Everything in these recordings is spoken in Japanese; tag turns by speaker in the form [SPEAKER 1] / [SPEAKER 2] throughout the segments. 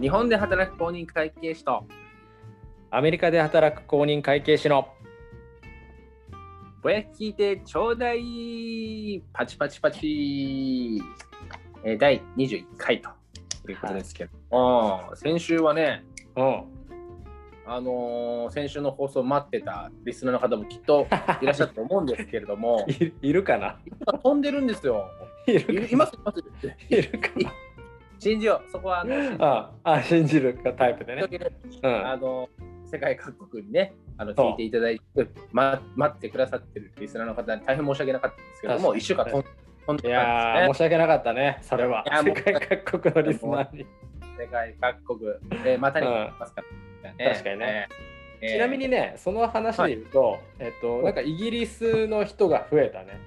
[SPEAKER 1] 日本で働く公認会計士と
[SPEAKER 2] アメリカで働く公認会計士の
[SPEAKER 1] ぼやき聞いてちょうだいパチパチパチ、えー第21回ということですけど、あー先週はね、
[SPEAKER 2] うん
[SPEAKER 1] あのー先週の放送を待ってたリスナーの方もきっといらっしゃると思うんですけれど も
[SPEAKER 2] いいるかな
[SPEAKER 1] 今飛んでるんですよ。
[SPEAKER 2] い
[SPEAKER 1] い
[SPEAKER 2] る
[SPEAKER 1] いますいます
[SPEAKER 2] いるかな
[SPEAKER 1] 信じようそこはあの信
[SPEAKER 2] ああ信じるかタイプでね
[SPEAKER 1] じてあげる
[SPEAKER 2] うん
[SPEAKER 1] あの世界各国にねあの聞いていただいて、ま、待ってくださってるリスナーの方に大変申し訳なかったんですけども
[SPEAKER 2] 確か
[SPEAKER 1] 1
[SPEAKER 2] に
[SPEAKER 1] 週間飛ん飛ん
[SPEAKER 2] い
[SPEAKER 1] でたん
[SPEAKER 2] やー
[SPEAKER 1] で
[SPEAKER 2] 申
[SPEAKER 1] す
[SPEAKER 2] し訳なかったねそれはい
[SPEAKER 1] やもう
[SPEAKER 2] 世界各国のリスナーに
[SPEAKER 1] ね世界各国、えーまたに
[SPEAKER 2] うん
[SPEAKER 1] ますから、
[SPEAKER 2] 確かにね、
[SPEAKER 1] えー
[SPEAKER 2] ちなみ、にねその話で言うと、えっとなんかイギリスの人が増えた
[SPEAKER 1] え
[SPEAKER 2] ね
[SPEAKER 1] ー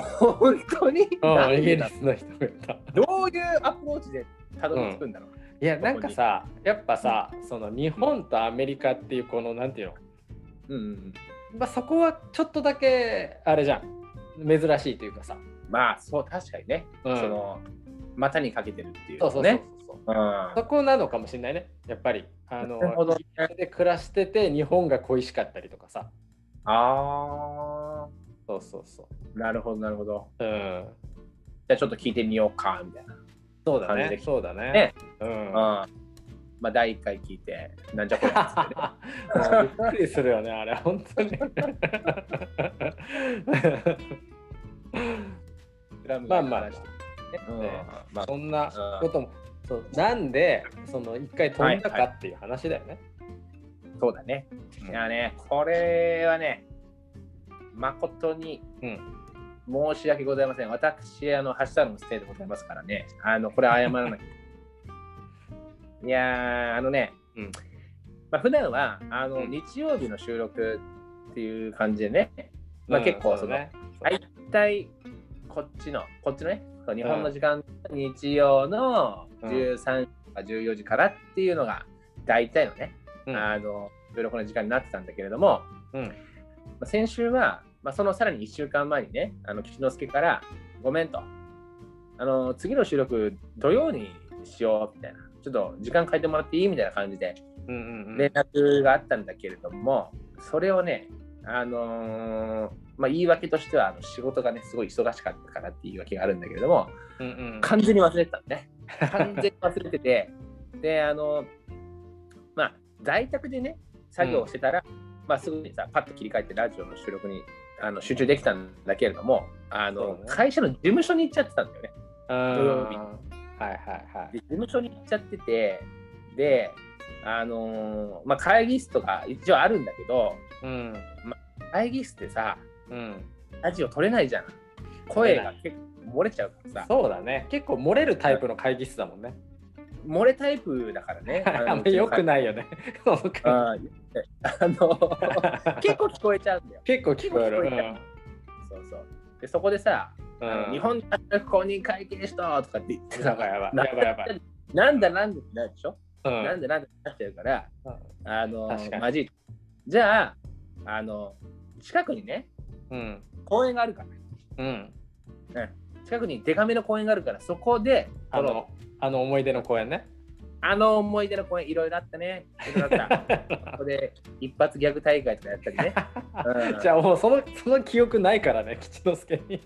[SPEAKER 1] 本当に、
[SPEAKER 2] う
[SPEAKER 1] なん
[SPEAKER 2] イギ
[SPEAKER 1] ん
[SPEAKER 2] リ
[SPEAKER 1] だ
[SPEAKER 2] スの人が増えた
[SPEAKER 1] どういうアプローチでたどり着くんだろう、
[SPEAKER 2] いやなんかさやっぱさその日本とアメリカっていうこのなんていうの
[SPEAKER 1] うんうんうん
[SPEAKER 2] まあ、そこはちょっとだけあれじゃん珍しいというかさ、
[SPEAKER 1] まあそう確かにね、
[SPEAKER 2] うん
[SPEAKER 1] その股にかけてるっていう
[SPEAKER 2] そうそうそうそう
[SPEAKER 1] ね
[SPEAKER 2] そう
[SPEAKER 1] うん
[SPEAKER 2] そこなのかもしれないねやっぱりあの
[SPEAKER 1] なるほどね
[SPEAKER 2] イギリスで暮らしてて日本が恋しかったりとかさ
[SPEAKER 1] あ
[SPEAKER 2] そうそうそ
[SPEAKER 1] ーなるほどなるほど
[SPEAKER 2] ううん
[SPEAKER 1] じゃあちょっと聞いてみようかみたいな
[SPEAKER 2] そうだ
[SPEAKER 1] 感じ
[SPEAKER 2] ね
[SPEAKER 1] で
[SPEAKER 2] そうだね
[SPEAKER 1] ね
[SPEAKER 2] うん
[SPEAKER 1] うんまあ、第1回聞いて、なんじゃこりゃっつってね
[SPEAKER 2] もうびっくりするよねあれ本当に
[SPEAKER 1] スラム
[SPEAKER 2] ま
[SPEAKER 1] 街
[SPEAKER 2] あ
[SPEAKER 1] の
[SPEAKER 2] まあ
[SPEAKER 1] 話とかねう
[SPEAKER 2] ね
[SPEAKER 1] んまあ
[SPEAKER 2] そんなこともそうなんでその一回飛んだかっていう話だよね、
[SPEAKER 1] そうだね。
[SPEAKER 2] うん
[SPEAKER 1] いやね、これはね、誠に
[SPEAKER 2] うん
[SPEAKER 1] 申し訳ございません。私、あの、ハッシュタグのステイでございますからね、あの、これ謝らない。 いやー、あのね、
[SPEAKER 2] うん
[SPEAKER 1] まあ、普段は、あの、
[SPEAKER 2] うん
[SPEAKER 1] 日曜日の収録っていう感じでね、まあ結構その大体こっちのこっちのねそう日本の時間、日曜の13時か14時からっていうのが大体のね、
[SPEAKER 2] うん
[SPEAKER 1] あの収録の時間になってたんだけれども、
[SPEAKER 2] うん
[SPEAKER 1] まあ先週は、まあ、そのさらに1週間前にねあの吉之助から「ごめん」と「あの次の収録土曜にしよう」みたいな「ちょっと時間変えてもらっていい?」みたいな感じで
[SPEAKER 2] うんうんうん
[SPEAKER 1] 連絡があったんだけれども、それをね、あのーまあ、言い訳としてはあの仕事がねすごい忙しかったからって言い訳があるんだけれども
[SPEAKER 2] うんうん
[SPEAKER 1] 完全に忘れてたの ね完全に忘れててであのまあ在宅でね作業をしてたら、まあ、すぐにさパッと切り替えてラジオの収録にあの集中できたんだけれどもあの、
[SPEAKER 2] そうね
[SPEAKER 1] 会社の事務所に行っちゃってたんだよね。
[SPEAKER 2] 土
[SPEAKER 1] 曜日
[SPEAKER 2] はいはいはい
[SPEAKER 1] で事務所に行っちゃっててであのーまあ会議室とか一応あるんだけど
[SPEAKER 2] うん
[SPEAKER 1] 会議室ってさ
[SPEAKER 2] うん
[SPEAKER 1] ラジオ取れないじゃん声が結構漏れちゃうからさ
[SPEAKER 2] そうだね結構漏れるタイプの会議室だもんね
[SPEAKER 1] 漏れタイプだから ね
[SPEAKER 2] あんまよく
[SPEAKER 1] い
[SPEAKER 2] ないよねその
[SPEAKER 1] あ
[SPEAKER 2] 感
[SPEAKER 1] の
[SPEAKER 2] じ
[SPEAKER 1] 結構聞こえちゃうんだよ
[SPEAKER 2] 結構聞こえる
[SPEAKER 1] 結構聞こそうそうでそこでさ、
[SPEAKER 2] うん
[SPEAKER 1] あ
[SPEAKER 2] う
[SPEAKER 1] の
[SPEAKER 2] ん
[SPEAKER 1] 日本の公認会計士ととかって言って
[SPEAKER 2] や
[SPEAKER 1] さ
[SPEAKER 2] ばいやばいやばいやばい
[SPEAKER 1] なんだなんだってなるでしょ、
[SPEAKER 2] うん
[SPEAKER 1] なんだなんだってなっちゃうからあの
[SPEAKER 2] 確かに
[SPEAKER 1] まじいじゃああの近くにね
[SPEAKER 2] うん
[SPEAKER 1] 公園があるか
[SPEAKER 2] うん
[SPEAKER 1] ら近くにデカめの公園があるからそこで
[SPEAKER 2] あ
[SPEAKER 1] こ
[SPEAKER 2] のあの思い出の公演ね
[SPEAKER 1] あの思い出の公園いろいろあった ねいろいろあったここで一発ギャグ大会とかやったりねうん
[SPEAKER 2] じゃあもうそのその記憶ないからね吉之助に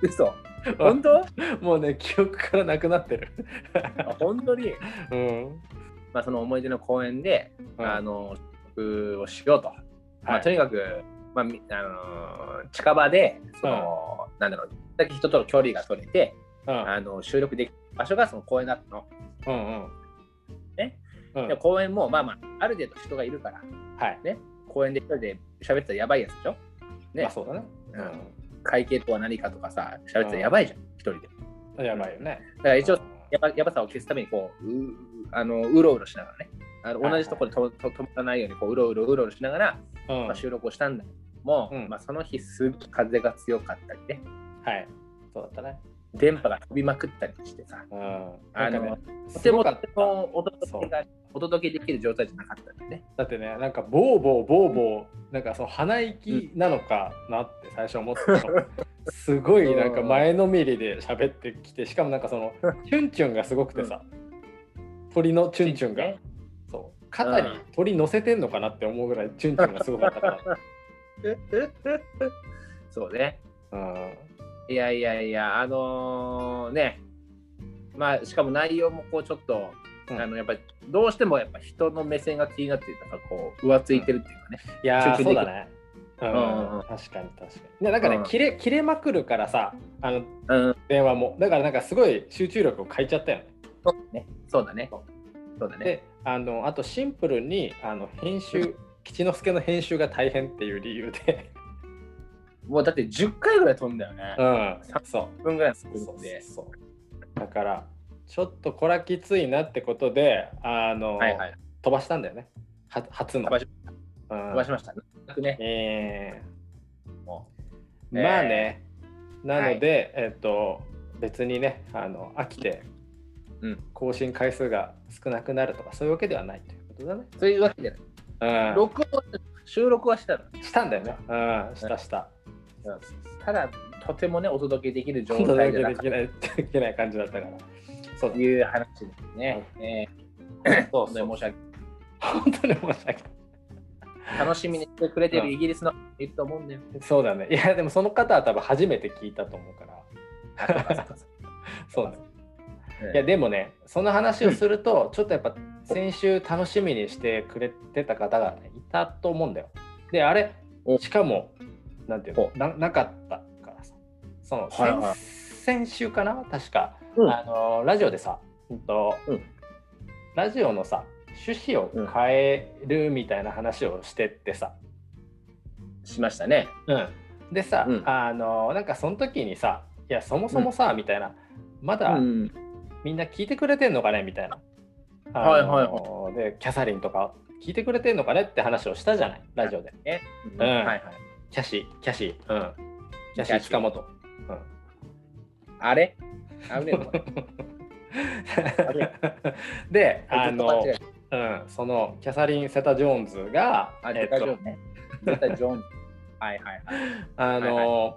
[SPEAKER 1] 嘘本当
[SPEAKER 2] もうね記憶からなくなってる
[SPEAKER 1] あ本当に、
[SPEAKER 2] うん
[SPEAKER 1] まあ、その思い出の公園で、
[SPEAKER 2] うん
[SPEAKER 1] あの収録をしようと、ま
[SPEAKER 2] は
[SPEAKER 1] あ、
[SPEAKER 2] い
[SPEAKER 1] とにかく、まあみあのー近場でその、なんだろうだけ人との距離が取れて、
[SPEAKER 2] うん
[SPEAKER 1] あの収録できる場所がその公園だったの、
[SPEAKER 2] うんうん
[SPEAKER 1] ね
[SPEAKER 2] うん
[SPEAKER 1] で公園もまあまあある程度人がいるから
[SPEAKER 2] はい
[SPEAKER 1] 公園で一人で喋ってたらやばいやつでしょね
[SPEAKER 2] まあそうだね
[SPEAKER 1] 会計とは何かとかさ喋ってたらやばいじゃん一人でだ
[SPEAKER 2] うんやばいよね
[SPEAKER 1] から一応やばやばさを消すためにこうううあのうろうろしながらねあの
[SPEAKER 2] はい
[SPEAKER 1] 同じところでとと止まらないようにこううろうろうろうろしながら、
[SPEAKER 2] うん
[SPEAKER 1] まあ、収録をしたんだけども、
[SPEAKER 2] うん
[SPEAKER 1] まあ、その日すぐ風が強かったりね
[SPEAKER 2] はいそうだったね
[SPEAKER 1] 電波が飛びまくったりしてさ
[SPEAKER 2] うん
[SPEAKER 1] あ
[SPEAKER 2] なんか
[SPEAKER 1] の
[SPEAKER 2] ね
[SPEAKER 1] と
[SPEAKER 2] す
[SPEAKER 1] て
[SPEAKER 2] ご
[SPEAKER 1] も
[SPEAKER 2] か
[SPEAKER 1] と
[SPEAKER 2] ってた
[SPEAKER 1] もお届けがお届けできる状態じゃなかったんでね
[SPEAKER 2] だってねなんかボーボーボーボーなんかその鼻息なのかなって最初思ってたのすごいなんか前のめりで喋ってきてしかもなんかそのチュンチュンがすごくてさ鳥のチュンチュンが、
[SPEAKER 1] ね
[SPEAKER 2] そう肩に鳥乗せてんのかなって思うぐらいチュンチュンがすごかったか
[SPEAKER 1] そうね。
[SPEAKER 2] ら、うん、
[SPEAKER 1] いやいやいや、あのーね、まあ、しかも内容もこう、ちょっと、
[SPEAKER 2] うん
[SPEAKER 1] あの、やっぱ、どうしてもやっぱ人の目線が気になって、なんかこう、浮ついてるっていうかね。
[SPEAKER 2] いやー
[SPEAKER 1] 集中で
[SPEAKER 2] そう
[SPEAKER 1] きる
[SPEAKER 2] だねうん
[SPEAKER 1] うんうん
[SPEAKER 2] 確かに確かに。でなんかね、
[SPEAKER 1] うん
[SPEAKER 2] 切れ切れまくるからさあの
[SPEAKER 1] うん、
[SPEAKER 2] 電話もだからなんかすごい集中力を欠いちゃったよね。
[SPEAKER 1] ね、そうだね
[SPEAKER 2] そ。
[SPEAKER 1] そうだね。
[SPEAKER 2] であのあとシンプルにあの 編集吉之助の編集が大変っていう理由で、
[SPEAKER 1] もうだって10回ぐらい飛んだよね。
[SPEAKER 2] うん、そう
[SPEAKER 1] 10分ぐらいす
[SPEAKER 2] そう
[SPEAKER 1] るんで。
[SPEAKER 2] そうそうだからちょっとこれはきついなってことであの、
[SPEAKER 1] はいはい。
[SPEAKER 2] 飛ばしたんだよねは初の
[SPEAKER 1] 飛ばし
[SPEAKER 2] うん
[SPEAKER 1] 飛ばしました。なんとなくね。
[SPEAKER 2] え
[SPEAKER 1] も
[SPEAKER 2] ーまあね、なので、えっと別にねあの飽きて
[SPEAKER 1] うん
[SPEAKER 2] 更新回数が少なくなるとかそういうわけではないということだね
[SPEAKER 1] うそういうわけで、
[SPEAKER 2] うん
[SPEAKER 1] 録音、収録はしたの。
[SPEAKER 2] したんだよねうんしたした
[SPEAKER 1] ただ、とてもね、お届けできる状
[SPEAKER 2] 本当
[SPEAKER 1] 態
[SPEAKER 2] だ
[SPEAKER 1] じ
[SPEAKER 2] け
[SPEAKER 1] ゃな
[SPEAKER 2] で
[SPEAKER 1] かっ
[SPEAKER 2] きないできない感じだったからそう
[SPEAKER 1] た
[SPEAKER 2] だ
[SPEAKER 1] という話ですね。えー
[SPEAKER 2] そう
[SPEAKER 1] 本当に申し訳ない。
[SPEAKER 2] 本当に申し訳ない
[SPEAKER 1] 楽しみにしてくれてるイギリスの人いると思うんだよ。
[SPEAKER 2] そうだねいやでもその方は多分初めて聞いたと思うから
[SPEAKER 1] あそうかそうかそ
[SPEAKER 2] そうだね
[SPEAKER 1] うか
[SPEAKER 2] いやでもねその話をすると、 ちょっとやっぱ先週楽しみにしてくれてた方がいたと思うんだよ。であれ
[SPEAKER 1] お
[SPEAKER 2] しかもなんていうの
[SPEAKER 1] お
[SPEAKER 2] ななかったからさその、
[SPEAKER 1] はいはい
[SPEAKER 2] 先先週かな確か、
[SPEAKER 1] うん
[SPEAKER 2] あのラジオでさ、うんと
[SPEAKER 1] うん
[SPEAKER 2] ラジオのさ趣旨を変えるみたいな話をしてってさ、
[SPEAKER 1] しましたね。
[SPEAKER 2] でさ、
[SPEAKER 1] うん
[SPEAKER 2] あのなんかその時にさ「いやそもそもさ」みたいなまだ、
[SPEAKER 1] うん
[SPEAKER 2] みんな聞いてくれてんのかねみたいな。
[SPEAKER 1] はい
[SPEAKER 2] あのでキャサリンとか聞いてくれてんのかねって話をしたじゃないラジオで。
[SPEAKER 1] ねうん
[SPEAKER 2] うん
[SPEAKER 1] はいはい。
[SPEAKER 2] キャシーキャシー、うん、キャシ
[SPEAKER 1] キャ
[SPEAKER 2] ー
[SPEAKER 1] シー
[SPEAKER 2] 塚本。うん
[SPEAKER 1] あれあぶねえのか
[SPEAKER 2] で
[SPEAKER 1] な
[SPEAKER 2] あの、うん、そのキャサリン・セタ・ジョーンズが
[SPEAKER 1] あ、
[SPEAKER 2] え
[SPEAKER 1] 絶
[SPEAKER 2] っ
[SPEAKER 1] 対ジ
[SPEAKER 2] と
[SPEAKER 1] ョーンね。絶対ジョーンズ。 はいはいはい。
[SPEAKER 2] あの、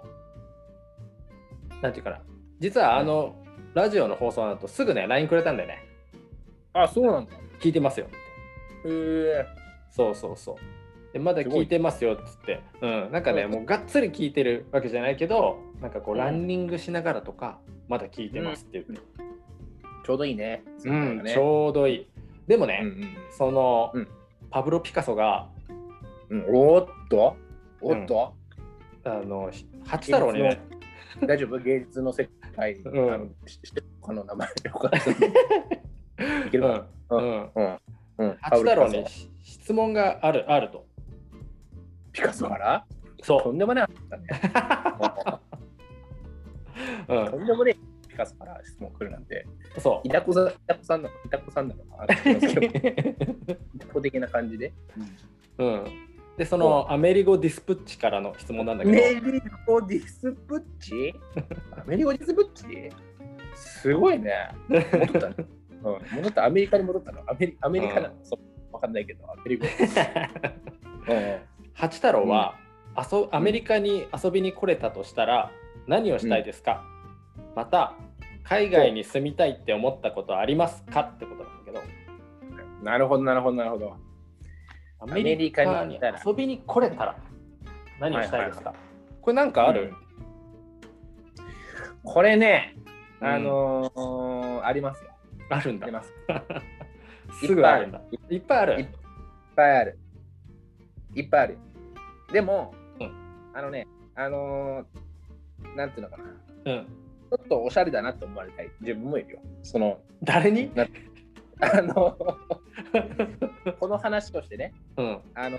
[SPEAKER 2] なんていうかな実はあの、ラジオの放送の後すぐね LINE くれたんだよね
[SPEAKER 1] あ、そうなんだ。へ
[SPEAKER 2] 聞いてますよって
[SPEAKER 1] え。
[SPEAKER 2] そうそうそう。でまだ聞いてますよっつって、うん、なんかね、
[SPEAKER 1] うん
[SPEAKER 2] もうがっつり聞いてるわけじゃないけど、なんかこう、
[SPEAKER 1] うん
[SPEAKER 2] ランニングしながらとか、まだ聞いてますって言って、
[SPEAKER 1] ちょうどいいね。
[SPEAKER 2] う
[SPEAKER 1] そういうの
[SPEAKER 2] ん
[SPEAKER 1] がね
[SPEAKER 2] ちょうどいい。でもね、
[SPEAKER 1] うんうん
[SPEAKER 2] その、
[SPEAKER 1] うん
[SPEAKER 2] パブロ・ピカソが、
[SPEAKER 1] うんうんおーっとおっと
[SPEAKER 2] あのひ八太郎にね、
[SPEAKER 1] 大丈夫芸術の世界。あ
[SPEAKER 2] うん
[SPEAKER 1] のししこの名前よかった。 いける
[SPEAKER 2] う
[SPEAKER 1] か
[SPEAKER 2] ん
[SPEAKER 1] う
[SPEAKER 2] うん、
[SPEAKER 1] うんうん
[SPEAKER 2] 八太郎にし質問があるあると。
[SPEAKER 1] ピカソからと
[SPEAKER 2] そ
[SPEAKER 1] んでもない話だね。
[SPEAKER 2] う、う
[SPEAKER 1] と
[SPEAKER 2] ん、
[SPEAKER 1] んでもねえピカソから質問来るなんて。
[SPEAKER 2] そ
[SPEAKER 1] いたこさん、いたこさんなのいたこさんなのかな知らんけど いたこ的な感じで。
[SPEAKER 2] う。うん、で、そのアメリゴ・ディスプッチからの質問なんだけど、
[SPEAKER 1] メリゴディスプッ チアメリゴディスプッチすごいね。戻 ったね。うん、戻ったアメリカに戻ったのアメリアメリカなの、そうわかんないけど、アメ リカ。うん
[SPEAKER 2] 八太郎は、あそアメリカに遊びに来れたとしたら何をしたいですか、また海外に住みたいって思ったことはありますかってことなんだけど
[SPEAKER 1] なるほど、なるほど、なるほど。
[SPEAKER 2] ア
[SPEAKER 1] メリカに
[SPEAKER 2] メリカに遊びに来れたら何をしたいですか、これなんかある、
[SPEAKER 1] これね、
[SPEAKER 2] うん
[SPEAKER 1] あのーありますよ。
[SPEAKER 2] あるん
[SPEAKER 1] あ
[SPEAKER 2] だ
[SPEAKER 1] ります。
[SPEAKER 2] すぐあるんだいっぱいあ
[SPEAKER 1] いっ
[SPEAKER 2] る
[SPEAKER 1] ぱいある。いっぱいあるよ。でも、
[SPEAKER 2] うん
[SPEAKER 1] あのね、あのーなんていうのかな。ち
[SPEAKER 2] うん
[SPEAKER 1] ょっとおしゃれだなと思われたい自分もいるよ。その、
[SPEAKER 2] 誰に
[SPEAKER 1] あのこの話としてね、
[SPEAKER 2] うん
[SPEAKER 1] あの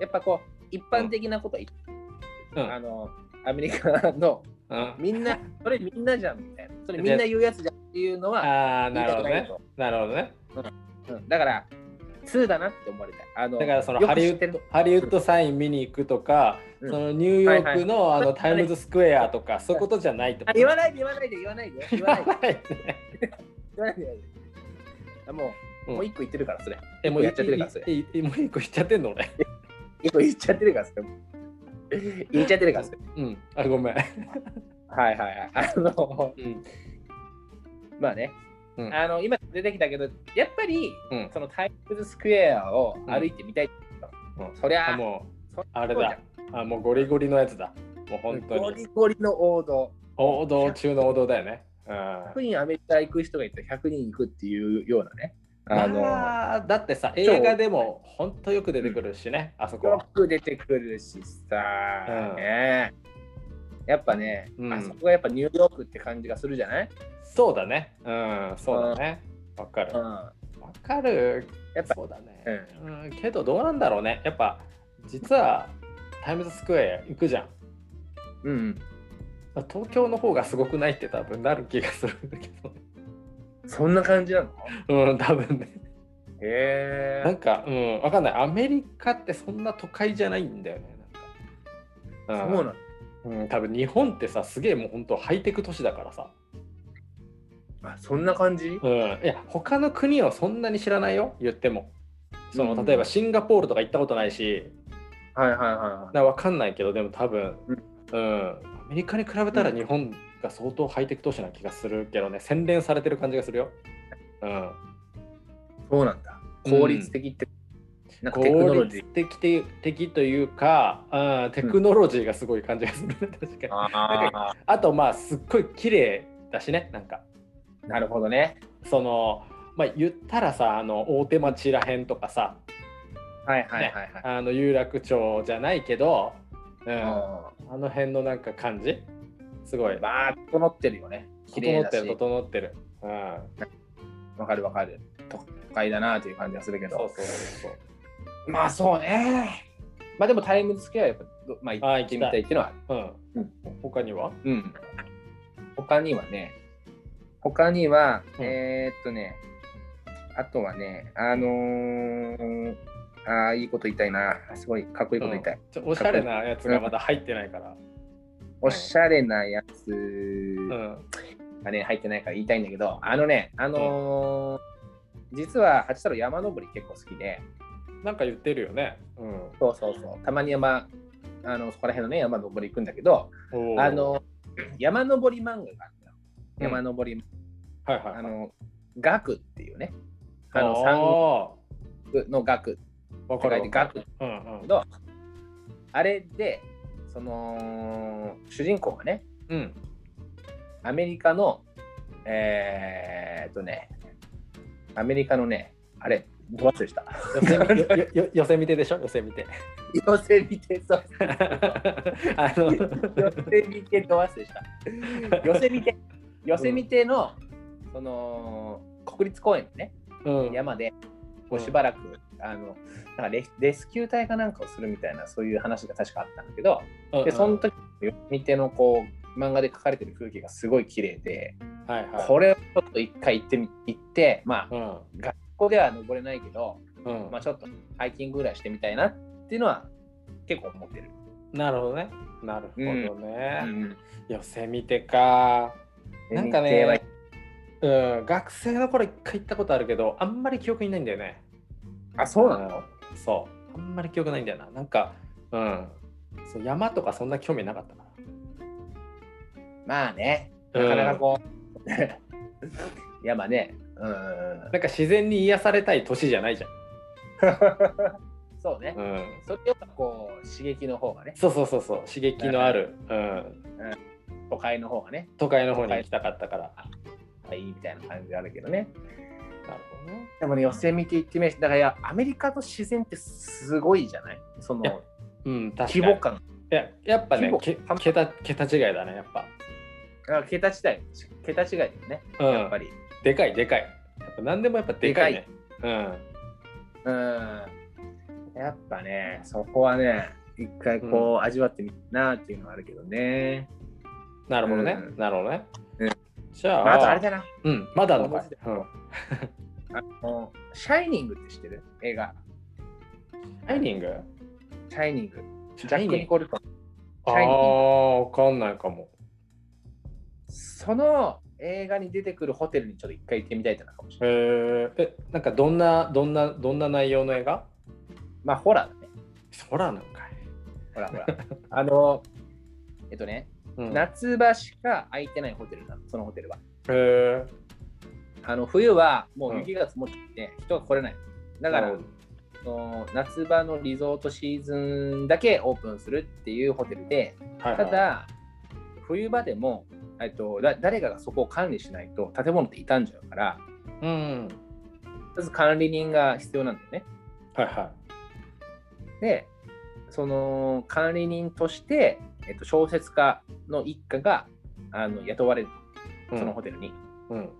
[SPEAKER 1] やっぱこう、一般的なこと言って、
[SPEAKER 2] うん
[SPEAKER 1] あのアメリカの
[SPEAKER 2] うん
[SPEAKER 1] みん な、それみんなじゃんみたいな、それみんな言うやつじゃんっていうのは
[SPEAKER 2] ああ
[SPEAKER 1] 言
[SPEAKER 2] ないる
[SPEAKER 1] た
[SPEAKER 2] ほ
[SPEAKER 1] く
[SPEAKER 2] ど
[SPEAKER 1] ない
[SPEAKER 2] ね
[SPEAKER 1] と。
[SPEAKER 2] なるほどね
[SPEAKER 1] うんだから、通だなって思われたい。あの
[SPEAKER 2] だからその
[SPEAKER 1] よく
[SPEAKER 2] ハリウ
[SPEAKER 1] 知って
[SPEAKER 2] ッド
[SPEAKER 1] る
[SPEAKER 2] ハリウッドサイン見に行くとか、
[SPEAKER 1] うん
[SPEAKER 2] そのニューヨークの,、
[SPEAKER 1] はいはい
[SPEAKER 2] あのタイムズスクエアとかそういうことじゃないってこ
[SPEAKER 1] あ
[SPEAKER 2] と
[SPEAKER 1] 言わないで言わないで言わないで言わ ないで
[SPEAKER 2] 言わないね
[SPEAKER 1] 言わないで言わないであもう、
[SPEAKER 2] うん
[SPEAKER 1] もう一個言ってるからそれ。
[SPEAKER 2] えもう
[SPEAKER 1] やっちゃってるからそれ。
[SPEAKER 2] いいいもう一個言っちゃってんの俺。
[SPEAKER 1] 一個言っちゃってるからそ れ。言っちゃってるからそれ。
[SPEAKER 2] うん。あごめん。
[SPEAKER 1] はいはいはい。あの、
[SPEAKER 2] うん。
[SPEAKER 1] まあね、
[SPEAKER 2] うん
[SPEAKER 1] あの今出てきたけどやっぱり、
[SPEAKER 2] うん
[SPEAKER 1] そのタイムズスクエアを歩いてみたい、
[SPEAKER 2] うん
[SPEAKER 1] そりゃ
[SPEAKER 2] あ
[SPEAKER 1] あ
[SPEAKER 2] も
[SPEAKER 1] そり
[SPEAKER 2] うあれ
[SPEAKER 1] そうじゃ
[SPEAKER 2] だあもうゴリゴリのやつだもう本当
[SPEAKER 1] ゴ
[SPEAKER 2] に
[SPEAKER 1] リゴリの王道
[SPEAKER 2] 王道中の王道だよねうん
[SPEAKER 1] 100人アメリカ行く人がいたら100人行くっていうようなねあの、
[SPEAKER 2] まあだってさ映画でも本当よく出てくるしねあそこ
[SPEAKER 1] よ
[SPEAKER 2] は
[SPEAKER 1] く出てくるしさ、
[SPEAKER 2] うん
[SPEAKER 1] ねやっぱね、
[SPEAKER 2] うん
[SPEAKER 1] あそこがやっぱニューヨークって感じがするじゃない、
[SPEAKER 2] そうだねうんそうだねわかる
[SPEAKER 1] うん、
[SPEAKER 2] わ
[SPEAKER 1] や
[SPEAKER 2] かる
[SPEAKER 1] っぱ
[SPEAKER 2] そうだね、うん、けどどうなんだろうねやっぱ実はタイムズスクエア行くじゃん
[SPEAKER 1] うん
[SPEAKER 2] まあ東京の方がすごくないって多分なる気がするんだけ
[SPEAKER 1] そんな感じなの
[SPEAKER 2] どうん多分ね
[SPEAKER 1] へ
[SPEAKER 2] なんかうんわかんないアメリカってそんな都会じゃないんだよね
[SPEAKER 1] え
[SPEAKER 2] なんか、
[SPEAKER 1] そうなの
[SPEAKER 2] うん、多分日本ってさすげえもう本当ハイテク都市だからさ
[SPEAKER 1] あそんな感じ
[SPEAKER 2] うんいや他の国はそんなに知らないよ言ってもその
[SPEAKER 1] うん
[SPEAKER 2] 例えばシンガポールとか行ったことないし
[SPEAKER 1] はいはいはいは
[SPEAKER 2] だからわかんないけどでも多分、うん、アメリカに比べたら
[SPEAKER 1] うん
[SPEAKER 2] 日本が相当ハイテク都市な気がするけどね洗練されてる感じがするよ、うん、
[SPEAKER 1] いそうなんだ効率的って、なんかテクノ
[SPEAKER 2] 効
[SPEAKER 1] ロジ
[SPEAKER 2] 率
[SPEAKER 1] ー
[SPEAKER 2] 的的というか、うん、テクノロジーがすごい感じがする、確かに
[SPEAKER 1] あ
[SPEAKER 2] あとまあすっごい綺麗だしねなんか
[SPEAKER 1] ー なるほどね
[SPEAKER 2] そのまあ言ったらさあの大手町らへんとかさ
[SPEAKER 1] はいはいはいはい、
[SPEAKER 2] あの有楽町じゃないけど、うん、あ
[SPEAKER 1] あ
[SPEAKER 2] の辺のなんか感じすごい
[SPEAKER 1] ーまあ整ってるよね綺
[SPEAKER 2] 整
[SPEAKER 1] 麗
[SPEAKER 2] っ
[SPEAKER 1] だ
[SPEAKER 2] てる
[SPEAKER 1] し
[SPEAKER 2] 整ってる、うん、
[SPEAKER 1] わかるわかる都会だなという感じがするけど
[SPEAKER 2] そうそうそう
[SPEAKER 1] まあそうね。まあでもタイムズスケアはやっぱど、まあ、
[SPEAKER 2] あ
[SPEAKER 1] 行ってみたいっていうのはある。
[SPEAKER 2] そう、うん、他には
[SPEAKER 1] うん。他にはね、他には、
[SPEAKER 2] うん
[SPEAKER 1] えーっとね、あとはね、あのー、あーいいこと言いたいな。すごいかっこいいこと言いたい。
[SPEAKER 2] うんちょおしゃれなやつがまだ入ってないから、
[SPEAKER 1] おしゃれなや
[SPEAKER 2] う
[SPEAKER 1] つ
[SPEAKER 2] ん、
[SPEAKER 1] がね、入ってないから言いたいんだけど、あのね、あのー実は八太郎山登り結構好きで、
[SPEAKER 2] なんか言ってるよね、うん、
[SPEAKER 1] そうそうそう、たまに山、あのそこら辺のね、山登り行くんだけど、
[SPEAKER 2] おー
[SPEAKER 1] あの山登り漫画があるんだよ。
[SPEAKER 2] うん
[SPEAKER 1] 山登り、
[SPEAKER 2] はいはいはい
[SPEAKER 1] あの学っていうね。あの
[SPEAKER 2] あ
[SPEAKER 1] 山岳の学って
[SPEAKER 2] ーわか
[SPEAKER 1] 書
[SPEAKER 2] る
[SPEAKER 1] いて
[SPEAKER 2] わかる
[SPEAKER 1] 学だ
[SPEAKER 2] うん
[SPEAKER 1] けど、あれでその主人公がね
[SPEAKER 2] うんうん
[SPEAKER 1] アメリカのえー、っとねアメリカのねあれど忘れした。
[SPEAKER 2] 寄せよよよ寄せ見てでしょ寄せ 見て
[SPEAKER 1] 寄せ見てそう
[SPEAKER 2] あの
[SPEAKER 1] 寄せ見てど忘れした。寄せ見て寄せ見ての、その国立公園のね
[SPEAKER 2] うん
[SPEAKER 1] 山でこうしばらく、あのなんかレレスキュー隊かなんかをするみたいなそういう話が確かあったんだけど、
[SPEAKER 2] うんうん
[SPEAKER 1] でその時の読み手のこう漫画で描かれてる風景がすごい綺麗で、
[SPEAKER 2] はいはい
[SPEAKER 1] これをちょっと一回行ってみ行ってまあ
[SPEAKER 2] う
[SPEAKER 1] 学校では登れないけど、
[SPEAKER 2] んうん
[SPEAKER 1] まあ、ちょっとハイキングぐらいしてみたいなっていうのは結構思ってる。
[SPEAKER 2] なるほどねなるほどね、
[SPEAKER 1] うん
[SPEAKER 2] 寄せ見てかなんか
[SPEAKER 1] 読み手は
[SPEAKER 2] ね、うん、学生の頃一回行ったことあるけど、あんまり記憶にないんだよね。
[SPEAKER 1] あそうなの
[SPEAKER 2] うんそう。あんまり記憶ないんだよな。なんか、うん。そう山とかそんな興味なかったか
[SPEAKER 1] まあね
[SPEAKER 2] うん
[SPEAKER 1] なかなかこう、山ねうん
[SPEAKER 2] ら。なんか自然に癒されたい年じゃないじゃん。
[SPEAKER 1] そうね、
[SPEAKER 2] うん。
[SPEAKER 1] それよりはこう刺激の方がね
[SPEAKER 2] そうそうそうそう。刺激のある、うん。
[SPEAKER 1] 都会の方がね
[SPEAKER 2] 都会の方に行きたかったから。
[SPEAKER 1] いいみたいな感じがあるけどね
[SPEAKER 2] なるほどね。
[SPEAKER 1] でもね、寄せ見て行ってみました。だからいや、アメリカの自然ってすごいじゃないそ
[SPEAKER 2] いや
[SPEAKER 1] の、
[SPEAKER 2] うん、確か
[SPEAKER 1] 規
[SPEAKER 2] に。
[SPEAKER 1] 模感。
[SPEAKER 2] ややっぱね、け
[SPEAKER 1] 規模
[SPEAKER 2] 桁桁違いだね、やっぱ。
[SPEAKER 1] あ桁違い、桁違いだよね、
[SPEAKER 2] うん。
[SPEAKER 1] やっぱり。
[SPEAKER 2] でかい、でかい。やっぱ何でもやっぱでかいね。うん。
[SPEAKER 1] うん。やっぱね、そこはね、一回こう味わってみたいなっていうのはあるけどね。
[SPEAKER 2] なるほどね。
[SPEAKER 1] うん
[SPEAKER 2] なるほどね。
[SPEAKER 1] うん
[SPEAKER 2] じゃあ、
[SPEAKER 1] まあ、あとあれだな、
[SPEAKER 2] うん、まだあんのかい
[SPEAKER 1] この時代
[SPEAKER 2] うん
[SPEAKER 1] あの、シャイニングって知ってる映画。
[SPEAKER 2] シャイニング
[SPEAKER 1] シャイニング。ジ
[SPEAKER 2] シ
[SPEAKER 1] ャック・ニコルソン。
[SPEAKER 2] あ
[SPEAKER 1] シャイニング
[SPEAKER 2] あ、わかんないかも。
[SPEAKER 1] その映画に出てくるホテルにちょっと一回行ってみたいってなのかもしれない。
[SPEAKER 2] へえ、え、なんかどんな、どんな、どんな内容の映画
[SPEAKER 1] まあ、ホラーだね。
[SPEAKER 2] 空なんかい。
[SPEAKER 1] ほらほ ら。あの、えっとね、
[SPEAKER 2] うん、へ
[SPEAKER 1] 夏場しか空いてないホテルなの、そのホテルは。
[SPEAKER 2] え、
[SPEAKER 1] あの冬はもう雪が積もってて、人が来れない。だから、その夏場のリゾートシーズンだけオープンするっていうホテルで、
[SPEAKER 2] はい
[SPEAKER 1] た
[SPEAKER 2] はい
[SPEAKER 1] だ、冬場でも、えっと、だ誰かがそこを管理しないと建物って傷んじゃうから、
[SPEAKER 2] うん、
[SPEAKER 1] まず管理人が必要なんだよね。
[SPEAKER 2] はいは
[SPEAKER 1] で、その管理人として、えっと、小説家の一家があの雇われる、
[SPEAKER 2] い。
[SPEAKER 1] そのホテルに。
[SPEAKER 2] うん、うん、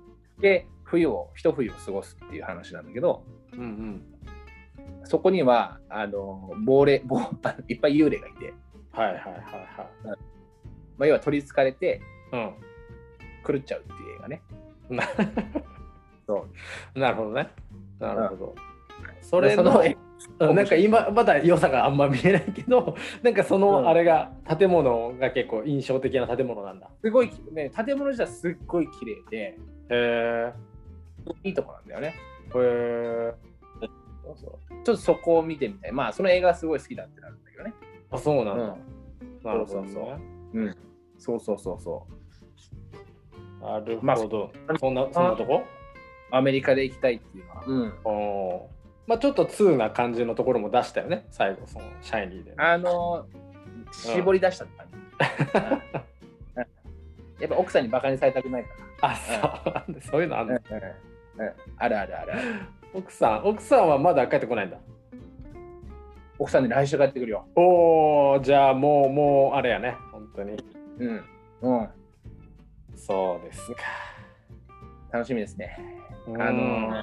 [SPEAKER 1] で、冬を、一冬を過ごすっていう話なんだけど、
[SPEAKER 2] うん、うん、
[SPEAKER 1] そこには、あの、亡霊、亡 いっぱい幽霊がいて、
[SPEAKER 2] はいはいは
[SPEAKER 1] まあ、要は取りつかれて
[SPEAKER 2] いはい。
[SPEAKER 1] 狂っちゃうっていう映画ね。そ
[SPEAKER 2] うん、なるほどね。なるほど。そ
[SPEAKER 1] そ
[SPEAKER 2] れの
[SPEAKER 1] の、
[SPEAKER 2] うんなんか今まだ良さがあんま見えないけど、なんかそ
[SPEAKER 1] うん
[SPEAKER 2] のあれが建物が結構印象的な建物なんだ。
[SPEAKER 1] すごい、ね、建物自体すっごい綺麗で、
[SPEAKER 2] へ
[SPEAKER 1] いいとこなんだよね。
[SPEAKER 2] え。へえ。
[SPEAKER 1] そうそうちょっとそこを見てみたい。まあ、その映画すごい好きだってなるんだけどね。
[SPEAKER 2] あ、そうなんだ。なるほど
[SPEAKER 1] そうそう
[SPEAKER 2] ね。
[SPEAKER 1] そうそうそうそう。
[SPEAKER 2] なる
[SPEAKER 1] まあ
[SPEAKER 2] ほど。そんなそんなとこ？
[SPEAKER 1] アメリカで行きたいっていうのは。うん。
[SPEAKER 2] おーまあちょっと通な感じのところも出したよね。最後そのシャイニーでね、
[SPEAKER 1] あのー、絞り出したって感じ。うんやっぱ奥さんにバカにされたくないか
[SPEAKER 2] あ、そう。 そういうのあん
[SPEAKER 1] ら。
[SPEAKER 2] の。
[SPEAKER 1] うんうんうんあるあるあるある。
[SPEAKER 2] 奥さん、奥さんはまだ帰ってこないんだ。
[SPEAKER 1] 奥さんに来週帰ってくるよ。
[SPEAKER 2] おお、じゃあもうもうあれやね。本当に。
[SPEAKER 1] うん。うん。
[SPEAKER 2] そうですか。
[SPEAKER 1] 楽しみですね。あ
[SPEAKER 2] あ
[SPEAKER 1] のー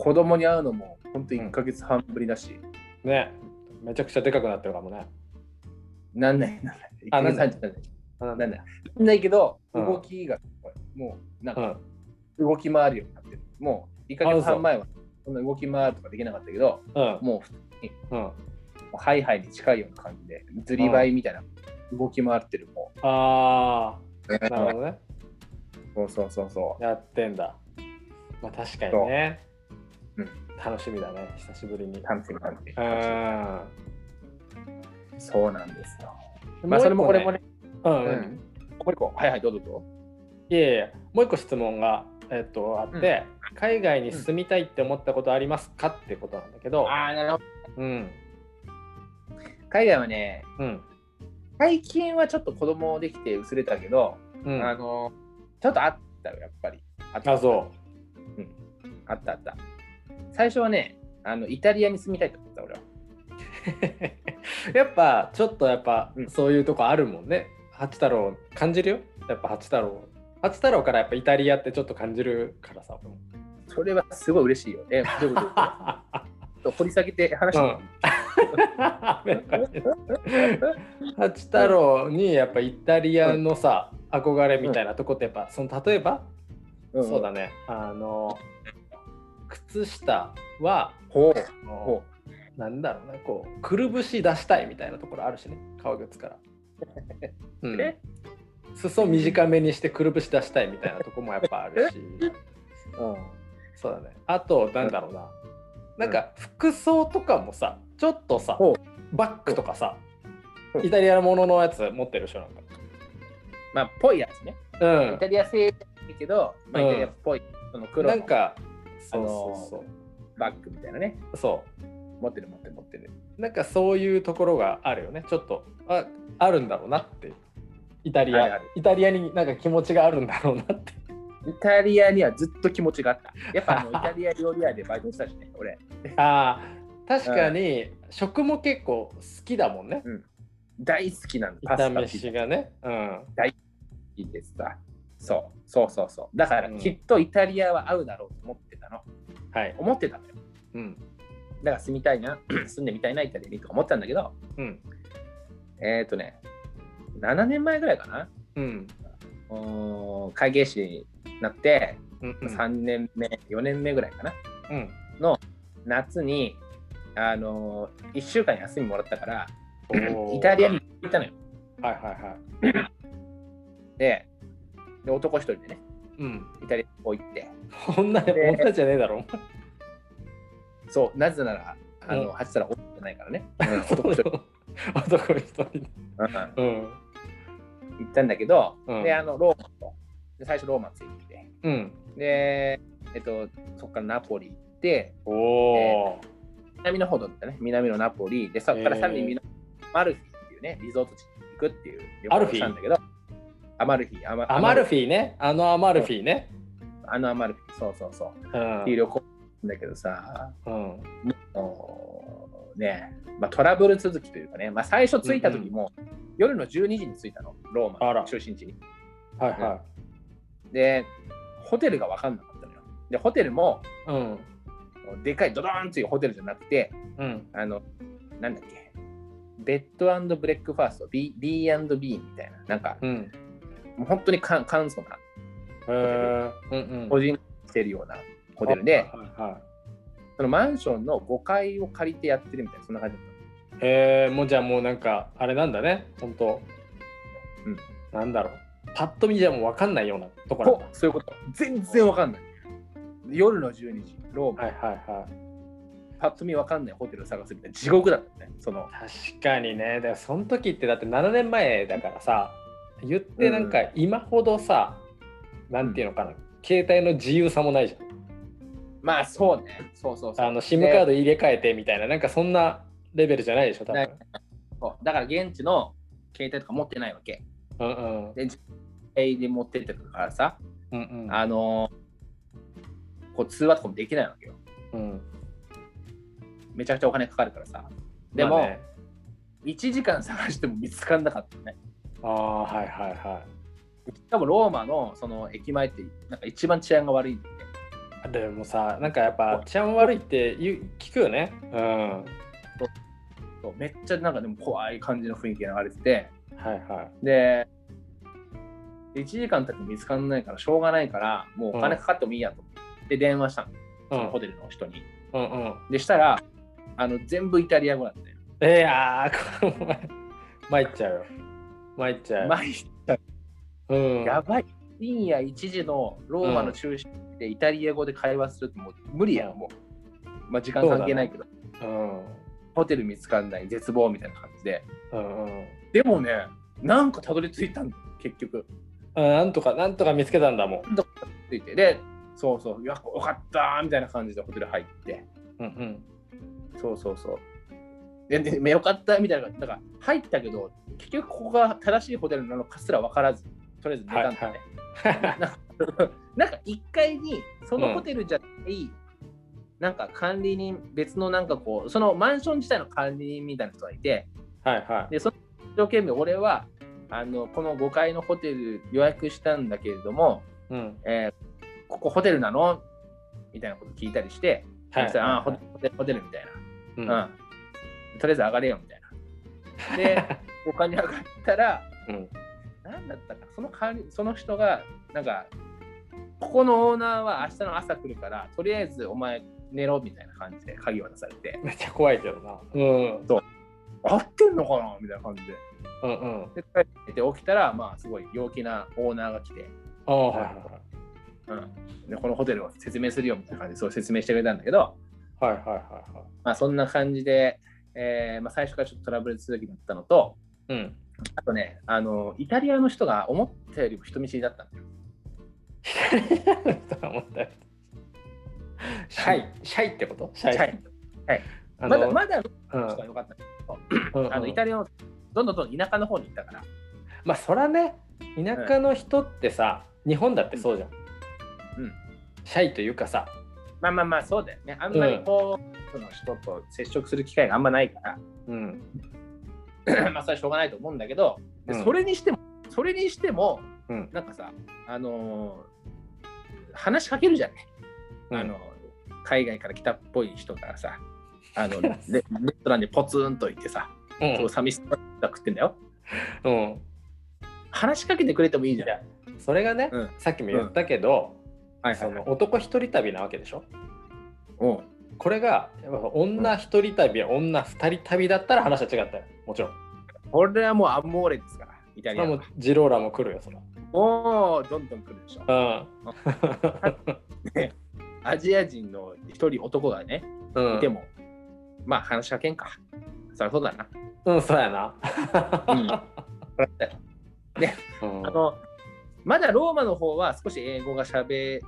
[SPEAKER 1] 子供に会うのも本当1ヶ月半ぶりだし、
[SPEAKER 2] ねめちゃくちゃでかくなってるかもね。
[SPEAKER 1] なんないなんない。
[SPEAKER 2] あ
[SPEAKER 1] 1ヶ月半じゃない。なんだなんないけど、
[SPEAKER 2] うん
[SPEAKER 1] 動きがもうなん
[SPEAKER 2] う
[SPEAKER 1] か
[SPEAKER 2] ん。
[SPEAKER 1] 動き回るようになってる。もう1ヶ月半前はそんな動き回るとかできなかったけど、
[SPEAKER 2] うん。
[SPEAKER 1] も
[SPEAKER 2] うん。
[SPEAKER 1] うハイハイに近いような感じで、ずりばいみたいな動き回ってる。も
[SPEAKER 2] あ
[SPEAKER 1] う、
[SPEAKER 2] あ、なるほどね。
[SPEAKER 1] そうそうそうそ
[SPEAKER 2] やってんだ。まあ確かにね。
[SPEAKER 1] そう
[SPEAKER 2] 楽しみだね。久しぶりに。
[SPEAKER 1] う。楽しみ楽し
[SPEAKER 2] うん。ま
[SPEAKER 1] み。そうなんですよ。まあそれもこれもね、
[SPEAKER 2] うん。
[SPEAKER 1] う
[SPEAKER 2] うんん。
[SPEAKER 1] これこう。はいはい、どうぞどうぞ。
[SPEAKER 2] いやいや、もう一個質問が、えっと、あって、海外に住みたいって思ったことありますかってことなんだけど、
[SPEAKER 1] ああ、なるほど。
[SPEAKER 2] うん。
[SPEAKER 1] 海外はね、
[SPEAKER 2] うん。
[SPEAKER 1] 最近はちょっと子供できて薄れたけど、
[SPEAKER 2] うん。
[SPEAKER 1] あ
[SPEAKER 2] あ、
[SPEAKER 1] の、ちょっとあったよ、やっぱり。あった
[SPEAKER 2] そ
[SPEAKER 1] あったあった。最初はね、あのイタリアに住みたいと思ってた俺は。
[SPEAKER 2] う。 やっぱ、ちょっとやっぱ
[SPEAKER 1] う、ん
[SPEAKER 2] そういうとこあるもんね。八太郎、感じるよ。やっぱ八太郎。八太郎からやっぱイタリアってちょっと感じるからさ。 俺も
[SPEAKER 1] それはすごい嬉しいよ。え、どういうことちょっと掘り下げて話しても
[SPEAKER 2] 八太郎にやっぱイタリアのさ、憧れみたいなとこってやっぱ、その例えば、
[SPEAKER 1] うん
[SPEAKER 2] そうだね。あの、靴下は、
[SPEAKER 1] ほ
[SPEAKER 2] あ
[SPEAKER 1] う。
[SPEAKER 2] の
[SPEAKER 1] ほ
[SPEAKER 2] なんだろうね、こう、くるぶし出したいみたいなところあるしね、革靴から。う ん
[SPEAKER 1] え、
[SPEAKER 2] 裾短めにしてくるぶし出したいみたいなとこもやっぱあるし、
[SPEAKER 1] う。うん。
[SPEAKER 2] そうだね。あと、なんだろうな、なんか服装とかもさ、ちょっとさ
[SPEAKER 1] ほ、
[SPEAKER 2] バッグとかさ
[SPEAKER 1] ほ、う
[SPEAKER 2] イタリアのもののやつ持ってるでしょ、なんか。
[SPEAKER 1] まあ、ぽいやつね。
[SPEAKER 2] うん
[SPEAKER 1] イタリア製だけど、まあ、イ
[SPEAKER 2] うん
[SPEAKER 1] タリアっぽい。その黒
[SPEAKER 2] な
[SPEAKER 1] の
[SPEAKER 2] ん
[SPEAKER 1] あ
[SPEAKER 2] か、そう
[SPEAKER 1] の
[SPEAKER 2] そう
[SPEAKER 1] バッグみたいなね。
[SPEAKER 2] そう。そう
[SPEAKER 1] 持ってる持ってる持ってる。
[SPEAKER 2] なんかそういうところがあるよね。ちょっとああるんだろうなって。イタリア、
[SPEAKER 1] はいはい
[SPEAKER 2] イタリアになんか気持ちがあるんだろうな って。
[SPEAKER 1] イタリアにはずっと気持ちがあった。やっぱあ のイタリア料理屋でバイトしたしね、俺。
[SPEAKER 2] ああ、確かに食も結構好きだもんね。
[SPEAKER 1] 大好きなの。パス
[SPEAKER 2] 炒
[SPEAKER 1] タ
[SPEAKER 2] め
[SPEAKER 1] ピ
[SPEAKER 2] しがね。うん。
[SPEAKER 1] いいですか。そうそうそうそう。だから
[SPEAKER 2] うん
[SPEAKER 1] きっとイタリアは合うだろうと思ってたの。
[SPEAKER 2] はい。
[SPEAKER 1] 思ってたのよ。
[SPEAKER 2] うん。
[SPEAKER 1] だから住みたいな、 住んでみたいなイタリアにとか思ったんだけど、
[SPEAKER 2] うん。
[SPEAKER 1] えっ、ー、とね、7年前ぐらいかな、
[SPEAKER 2] うん。
[SPEAKER 1] おー会計士になって、
[SPEAKER 2] うん。
[SPEAKER 1] 3年目、4年目ぐらいかな、
[SPEAKER 2] うん。
[SPEAKER 1] 夏に、あのー、1週間休みもらったから、
[SPEAKER 2] おー
[SPEAKER 1] イタリアに行ったのよ。
[SPEAKER 2] はいはいはい。
[SPEAKER 1] で、で男一人でね、
[SPEAKER 2] うん。
[SPEAKER 1] イタリアにこう行って、
[SPEAKER 2] 女、
[SPEAKER 1] で
[SPEAKER 2] 女じゃねえだろ。
[SPEAKER 1] そう、なぜなら、あ
[SPEAKER 2] うん
[SPEAKER 1] の、走ったら男じゃないからね、
[SPEAKER 2] 男
[SPEAKER 1] 男一
[SPEAKER 2] 一
[SPEAKER 1] 人、
[SPEAKER 2] 人。男一人。
[SPEAKER 1] うん
[SPEAKER 2] うん。
[SPEAKER 1] 行ったんだけど、
[SPEAKER 2] うん
[SPEAKER 1] で、あの、ローマとで最初ローマついて
[SPEAKER 2] うん。
[SPEAKER 1] で、えっと、そこからナポリ行って
[SPEAKER 2] おお、
[SPEAKER 1] 南の方だったね南のナポリでそこからさらに南アルフィっていうねリゾート地に行くっていう旅行をしたんだけどアマルフィアマ
[SPEAKER 2] アマルフィね。あのアマルフィね。
[SPEAKER 1] あのアマルフィそうそうそう
[SPEAKER 2] う。
[SPEAKER 1] っていうん旅行なんだけどさ
[SPEAKER 2] うん。
[SPEAKER 1] あのねまあ、トラブル続きというかね、まあ、最初着いた時も、夜の12時に着いたのロー
[SPEAKER 2] あ
[SPEAKER 1] マ
[SPEAKER 2] ら
[SPEAKER 1] の中心地に
[SPEAKER 2] はいは
[SPEAKER 1] でホテルが分かんなかったのよでホテルも
[SPEAKER 2] い。うん。
[SPEAKER 1] でかいドドーンっていうホテルじゃなくて
[SPEAKER 2] うん。
[SPEAKER 1] あのなんだっけベッドブレックファースト B- B&B みたいななんか
[SPEAKER 2] うん。
[SPEAKER 1] もう本当にか簡素な
[SPEAKER 2] へえ。うんうん。
[SPEAKER 1] 個人してるようなホテルで
[SPEAKER 2] はいは
[SPEAKER 1] そのマンションの5階を借りてやってるみたいなそんな感じだった
[SPEAKER 2] い。へえ、もうじゃあもうなんか、あれなんだね。本当。
[SPEAKER 1] うん。
[SPEAKER 2] なんだろう。パッと見じゃもうわかんないようなところ
[SPEAKER 1] こそういうこと全然わかんない夜の12時ローマ、
[SPEAKER 2] なんだ。はいはいはい。
[SPEAKER 1] パッと見わかんないホテルを探すみたいな地獄だったねその
[SPEAKER 2] 確かにねでもその時ってだって7年前だからさ言ってなんか今ほどさ、なんていうのかな携帯の自由さもないじ
[SPEAKER 1] まあそうねそうそう
[SPEAKER 2] ゃ
[SPEAKER 1] そ
[SPEAKER 2] ん
[SPEAKER 1] う
[SPEAKER 2] あの SIM カード入れ替えてみたいななんかそんなレベルじゃないでしょ多
[SPEAKER 1] な
[SPEAKER 2] 分
[SPEAKER 1] いそうだから現地の携帯とか持ってないわけ
[SPEAKER 2] うんうん
[SPEAKER 1] で自衛で持ってってくるからさ
[SPEAKER 2] うんうん
[SPEAKER 1] あのーこう通話とかもできないわけよ
[SPEAKER 2] うん
[SPEAKER 1] めちゃくちゃお金かかるからさでも、
[SPEAKER 2] まあね
[SPEAKER 1] 1時間探しても見つからなかったね
[SPEAKER 2] ああはいはいはい
[SPEAKER 1] しかもローマのその駅前ってなんか一番治安が悪いんで
[SPEAKER 2] でもさなんかやっぱ治安悪いって言う聞くよねうん
[SPEAKER 1] そうめっちゃなんかでも怖い感じの雰囲気が流れてて
[SPEAKER 2] はいはい
[SPEAKER 1] で、1時間経って見つからないから、しょうがないから、もうお金かかってもいいやと思って電話したの、
[SPEAKER 2] う
[SPEAKER 1] その
[SPEAKER 2] ん
[SPEAKER 1] ホテルの人に。
[SPEAKER 2] うんうん
[SPEAKER 1] で、したら、あの全部イタリア語だったよ。
[SPEAKER 2] えー、あーこれ参っちゃうよ参っちゃうよ、
[SPEAKER 1] 毎日
[SPEAKER 2] うん
[SPEAKER 1] やばい。深夜1時のローマの中心地でイタリア語で会話するってもう無理やん、もう。まあ、時間関係ないけど、
[SPEAKER 2] うん
[SPEAKER 1] ホテル見つからない、絶望みたいな感じで。
[SPEAKER 2] うんうん
[SPEAKER 1] でもね、なんかたどり着いたんだよ、結局。
[SPEAKER 2] あなんとかなんとか見つけたんだもん。
[SPEAKER 1] ついて。で、そうそう、いや、よかったーみたいな感じでホテル入って。
[SPEAKER 2] うん
[SPEAKER 1] そうそうそう。で、でまあよかったみたいな、だから入ったけど、結局ここが正しいホテルなのかすら分からず、とりあえず寝たんだね。 なんか一階に、そのホテルじゃない、なんか管理人、別のなんかこう、そのマンション自体の管理人みたいな人がいて、
[SPEAKER 2] はいはい。
[SPEAKER 1] で、その一生懸命俺は、あのこの5階のホテル予約したんだけれども、
[SPEAKER 2] うん。
[SPEAKER 1] えーここホテルなのみたいなこと聞いたりして、
[SPEAKER 2] はい
[SPEAKER 1] そしたらあーホテルホテルみたいな。
[SPEAKER 2] う
[SPEAKER 1] うん、とりあえず上がれよみたいな。で、 他に上がったら、
[SPEAKER 2] うん
[SPEAKER 1] なんだったか、その管理その人が、なんか、ここのオーナーは明日の朝来るから、とりあえずお前寝ろみたいな感じで鍵渡されて、
[SPEAKER 2] めっちゃ怖いけどな。うん。
[SPEAKER 1] 合ってんのかなみたいな感じで。
[SPEAKER 2] うんうん。
[SPEAKER 1] で、帰って起きたら、まあ、すごい陽気なオーナーが来て、
[SPEAKER 2] ああはいは
[SPEAKER 1] うん、でこのホテルを説明するよみたいな感じで、そう説明してくれたんだけど、
[SPEAKER 2] いはいはいはいは
[SPEAKER 1] まあ、そんな感じで、えーまあ、最初からちょっとトラブル続きだったのと、
[SPEAKER 2] い。 うん。
[SPEAKER 1] あとね、あのイタリアの人が思ったよりも人見知りだったんだよ。
[SPEAKER 2] 思ったよりシャイシャイってこと？シャイ。
[SPEAKER 1] はい
[SPEAKER 2] あ
[SPEAKER 1] まだ
[SPEAKER 2] の
[SPEAKER 1] まだの
[SPEAKER 2] うん
[SPEAKER 1] 人が良かったんだけど、
[SPEAKER 2] うんうん
[SPEAKER 1] あのイタリアのどんどんどんどん田舎の方に行ったから、
[SPEAKER 2] まあそらね田舎の人ってさ日本だってそうじゃん。
[SPEAKER 1] うん。
[SPEAKER 2] シャイというかさ。
[SPEAKER 1] まあまあまあそうだよね。あんまりこう、その人と接触する機会があんまないか
[SPEAKER 2] うん。
[SPEAKER 1] ら、 まあそれはしょうがないと思うんだけど、で
[SPEAKER 2] うん
[SPEAKER 1] それにしても、それにしても、
[SPEAKER 2] うん
[SPEAKER 1] なんかさ、あのー話しかけるじゃんね、あの海外から来たっぽい人からさ、あ のレレストランでポツンといてさ、
[SPEAKER 2] う
[SPEAKER 1] そう寂しそうな食ってんだよ。
[SPEAKER 2] ん。うん。
[SPEAKER 1] 話しかけてくれてもいいじゃん。
[SPEAKER 2] いやそれがね
[SPEAKER 1] うん
[SPEAKER 2] さっきも言ったけど
[SPEAKER 1] はい
[SPEAKER 2] その男一人旅なわけでしょ。
[SPEAKER 1] うん
[SPEAKER 2] これがやっぱ女一人旅、女二人旅だったら話は違ったよもちろん
[SPEAKER 1] これはもうアモーレですから、イタ
[SPEAKER 2] そ
[SPEAKER 1] リア
[SPEAKER 2] れはも
[SPEAKER 1] は
[SPEAKER 2] う。ジローラも来るよそら
[SPEAKER 1] もうどんどん来るでしょ。アジア人の一人男がね、
[SPEAKER 2] うん
[SPEAKER 1] いても、まあ話しかけんか。そりゃそうだな。
[SPEAKER 2] うんそうやな
[SPEAKER 1] うんそりゃそうだよ
[SPEAKER 2] うん
[SPEAKER 1] あの、まだローマの方は少し英語がしゃべ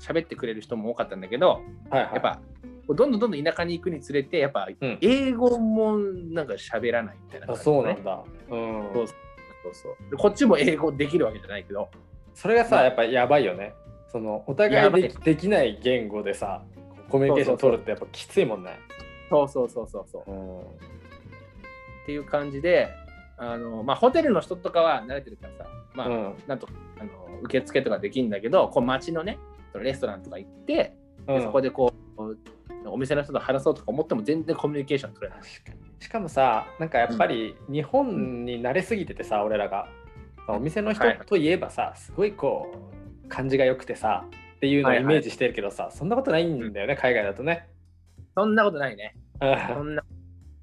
[SPEAKER 1] 喋ってくれる人も多かったんだけど、
[SPEAKER 2] はいはい、
[SPEAKER 1] やっぱどんどんどんどん田舎に行くにつれてやっぱ
[SPEAKER 2] うん
[SPEAKER 1] 英語もなんか喋らないみたいな
[SPEAKER 2] あ
[SPEAKER 1] 感じ、
[SPEAKER 2] そうなんだ、うん、
[SPEAKER 1] そうそうそうでこっちも英語できるわけじゃないけど
[SPEAKER 2] それがさ、
[SPEAKER 1] まあ
[SPEAKER 2] やっぱやばいよねそのお互
[SPEAKER 1] や
[SPEAKER 2] い
[SPEAKER 1] ばい
[SPEAKER 2] でできない言語でさコミュニケーション取るってやっぱきついもんね
[SPEAKER 1] そうそうそうそうそう
[SPEAKER 2] うん
[SPEAKER 1] っていう感じであの、まあ、ホテルの人とかは慣れてるからさ、まあ
[SPEAKER 2] うん
[SPEAKER 1] なんとかあの受付とかできるんだけどこう街のねそのレストランとか行って、
[SPEAKER 2] うん
[SPEAKER 1] でそこでこうお店の人と話そうとか思っても全然コミュニケーション取れない。
[SPEAKER 2] 確かにしかもさなんかやっぱり日本に慣れすぎててさ、俺らがお店の人
[SPEAKER 1] はい
[SPEAKER 2] といえばさすごいこう感じが良くてさっていうのを
[SPEAKER 1] はい
[SPEAKER 2] イ
[SPEAKER 1] はい
[SPEAKER 2] メージしてるけどさ、そんなことないんだよね、海外だとね、
[SPEAKER 1] そんなことないね。
[SPEAKER 2] うん
[SPEAKER 1] そんな。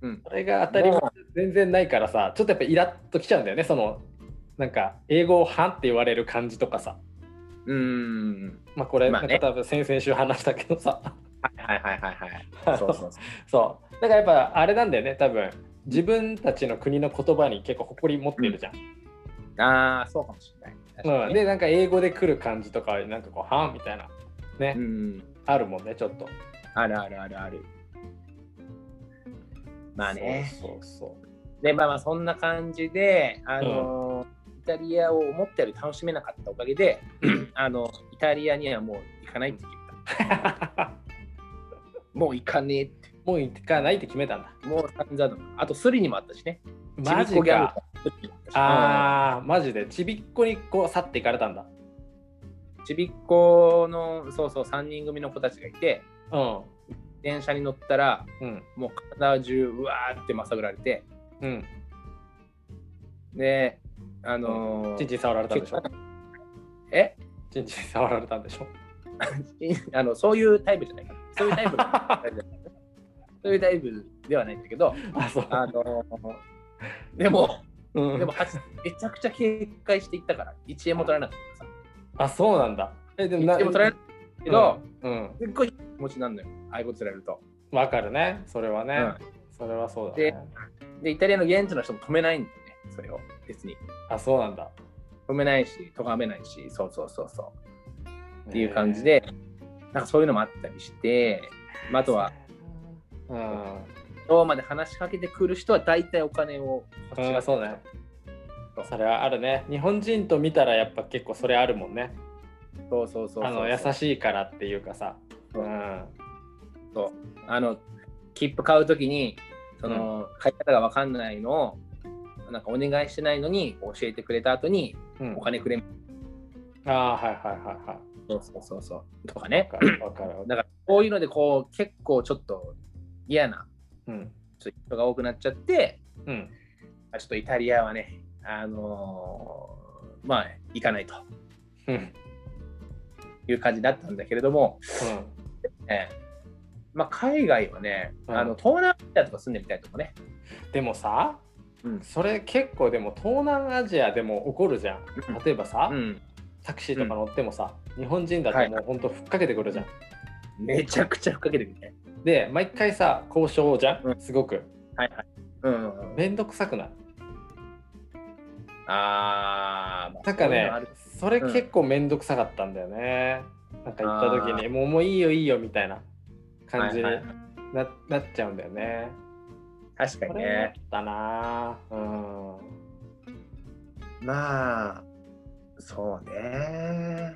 [SPEAKER 1] うん。
[SPEAKER 2] それが当たり前
[SPEAKER 1] も
[SPEAKER 2] 全然ないからさちょっとやっぱイラッときちゃうんだよねそのなんか英語を「はん」って言われる感じとかさ
[SPEAKER 1] うーん。
[SPEAKER 2] まあこれ、
[SPEAKER 1] まあ
[SPEAKER 2] なん
[SPEAKER 1] ね
[SPEAKER 2] か多分先々週話したけどさ
[SPEAKER 1] はいはいはいはいはい。そうそうそう。
[SPEAKER 2] そうだからやっぱあれなんだよね多分自分たちの国の言葉に結構誇り持ってるじゃん、
[SPEAKER 1] ああ、そうかもしれない。確
[SPEAKER 2] うん
[SPEAKER 1] かにね
[SPEAKER 2] でなんか英語で来る感じとかなんかこう「はん」みたいなね、
[SPEAKER 1] うん。
[SPEAKER 2] あるもんねちょっと
[SPEAKER 1] あるあるあるある。まあね。
[SPEAKER 2] そうそう
[SPEAKER 1] で、まあまあ、そんな感じで、あのーイタリアを思ったより楽しめなかったおかげで、あの、イタリアにはもう行かないって決め
[SPEAKER 2] そう
[SPEAKER 1] た。もう行かねえって。
[SPEAKER 2] もう行かないって決めたんだ
[SPEAKER 1] もう散々だもんあと、スリにもあったしね。
[SPEAKER 2] マ
[SPEAKER 1] ち
[SPEAKER 2] ジ
[SPEAKER 1] びっこギャ
[SPEAKER 2] か
[SPEAKER 1] グスリにもあったし
[SPEAKER 2] あーマジでちびっこにこう去っていかれたんだ
[SPEAKER 1] うんちびっこの、そうそう、3人組の子たちがいて、
[SPEAKER 2] うん
[SPEAKER 1] 電車に乗ったら、
[SPEAKER 2] うん
[SPEAKER 1] もう体中、うわーってまさぐられて、
[SPEAKER 2] うん
[SPEAKER 1] で、あのー
[SPEAKER 2] ちんちん触られたんでしょ
[SPEAKER 1] え
[SPEAKER 2] ちんちん触られたんでしょ
[SPEAKER 1] あのそういうタイプじゃないからそういうタイプそういうタイプではないんだけ ど、
[SPEAKER 2] あそう
[SPEAKER 1] あのーでも、
[SPEAKER 2] うん
[SPEAKER 1] でもはちめちゃくちゃ警戒していったから、1円も取られなかったさ。
[SPEAKER 2] あそうなんだえでもな
[SPEAKER 1] 1円も取られなかったけど、
[SPEAKER 2] うん
[SPEAKER 1] すっごい気持ちになるのよ、ああいうことされると。
[SPEAKER 2] うんわかるねそれはね、それはそうだね
[SPEAKER 1] でで、イタリアの現地の人も止めないんだよね、それを、別に。
[SPEAKER 2] あそうなんだ
[SPEAKER 1] 止めないし、咎めないし、そうそうそうそう。っていう感じで、なんかそういうのもあったりして、まあ、あと は、
[SPEAKER 2] うん、
[SPEAKER 1] ローマで話しかけてくる人は大体お金をこっち
[SPEAKER 2] うん、
[SPEAKER 1] が
[SPEAKER 2] そうねそれはあるね日本人と見たらやっぱ結構それあるもんね
[SPEAKER 1] そうそうそうそう
[SPEAKER 2] あの優しいからっていうかさう
[SPEAKER 1] そうんあの切符買うときにその、買い方が分かんないのをなんかお願いしてないのに教えてくれた後に
[SPEAKER 2] うん
[SPEAKER 1] お金くれみ
[SPEAKER 2] ああはいはいはいはい
[SPEAKER 1] たいなそうそうそうそうとかね
[SPEAKER 2] わかるわかるわか
[SPEAKER 1] だ
[SPEAKER 2] る
[SPEAKER 1] からこういうのでこう結構ちょっと嫌な
[SPEAKER 2] うん
[SPEAKER 1] ちょっと人が多くなっちゃって
[SPEAKER 2] うん
[SPEAKER 1] まあちょっとイタリアはねあのーまあ行かないと
[SPEAKER 2] うんうん
[SPEAKER 1] いう感じだったんだけれども、ええまあ、海外はね、
[SPEAKER 2] うん
[SPEAKER 1] あの東南アジアとか住んでみたいとかね、
[SPEAKER 2] でもさ
[SPEAKER 1] うん
[SPEAKER 2] それ結構でも東南アジアでも起こるじゃん
[SPEAKER 1] うん
[SPEAKER 2] 例えばさ、
[SPEAKER 1] うん、
[SPEAKER 2] タクシーとか乗ってもさ、日本人だともうほんとふっかけてくるじゃん、
[SPEAKER 1] めちゃくちゃ吹っかけてくるね。
[SPEAKER 2] で毎回さ交渉じゃ
[SPEAKER 1] うん
[SPEAKER 2] すごく
[SPEAKER 1] はいはい。うんうんうん、
[SPEAKER 2] めんどくさくない
[SPEAKER 1] あー、まあ、
[SPEAKER 2] なんか
[SPEAKER 1] そういう
[SPEAKER 2] ね
[SPEAKER 1] のある
[SPEAKER 2] それ結構めんどくさかったんだよね、なんか行った時に
[SPEAKER 1] あ
[SPEAKER 2] もうもういいよいいよみたいな感じにな,、
[SPEAKER 1] はいはい
[SPEAKER 2] なっちゃうんだよね
[SPEAKER 1] 確か
[SPEAKER 2] こ
[SPEAKER 1] に
[SPEAKER 2] れ
[SPEAKER 1] ね。
[SPEAKER 2] だなぁうん
[SPEAKER 1] まあ、そうね。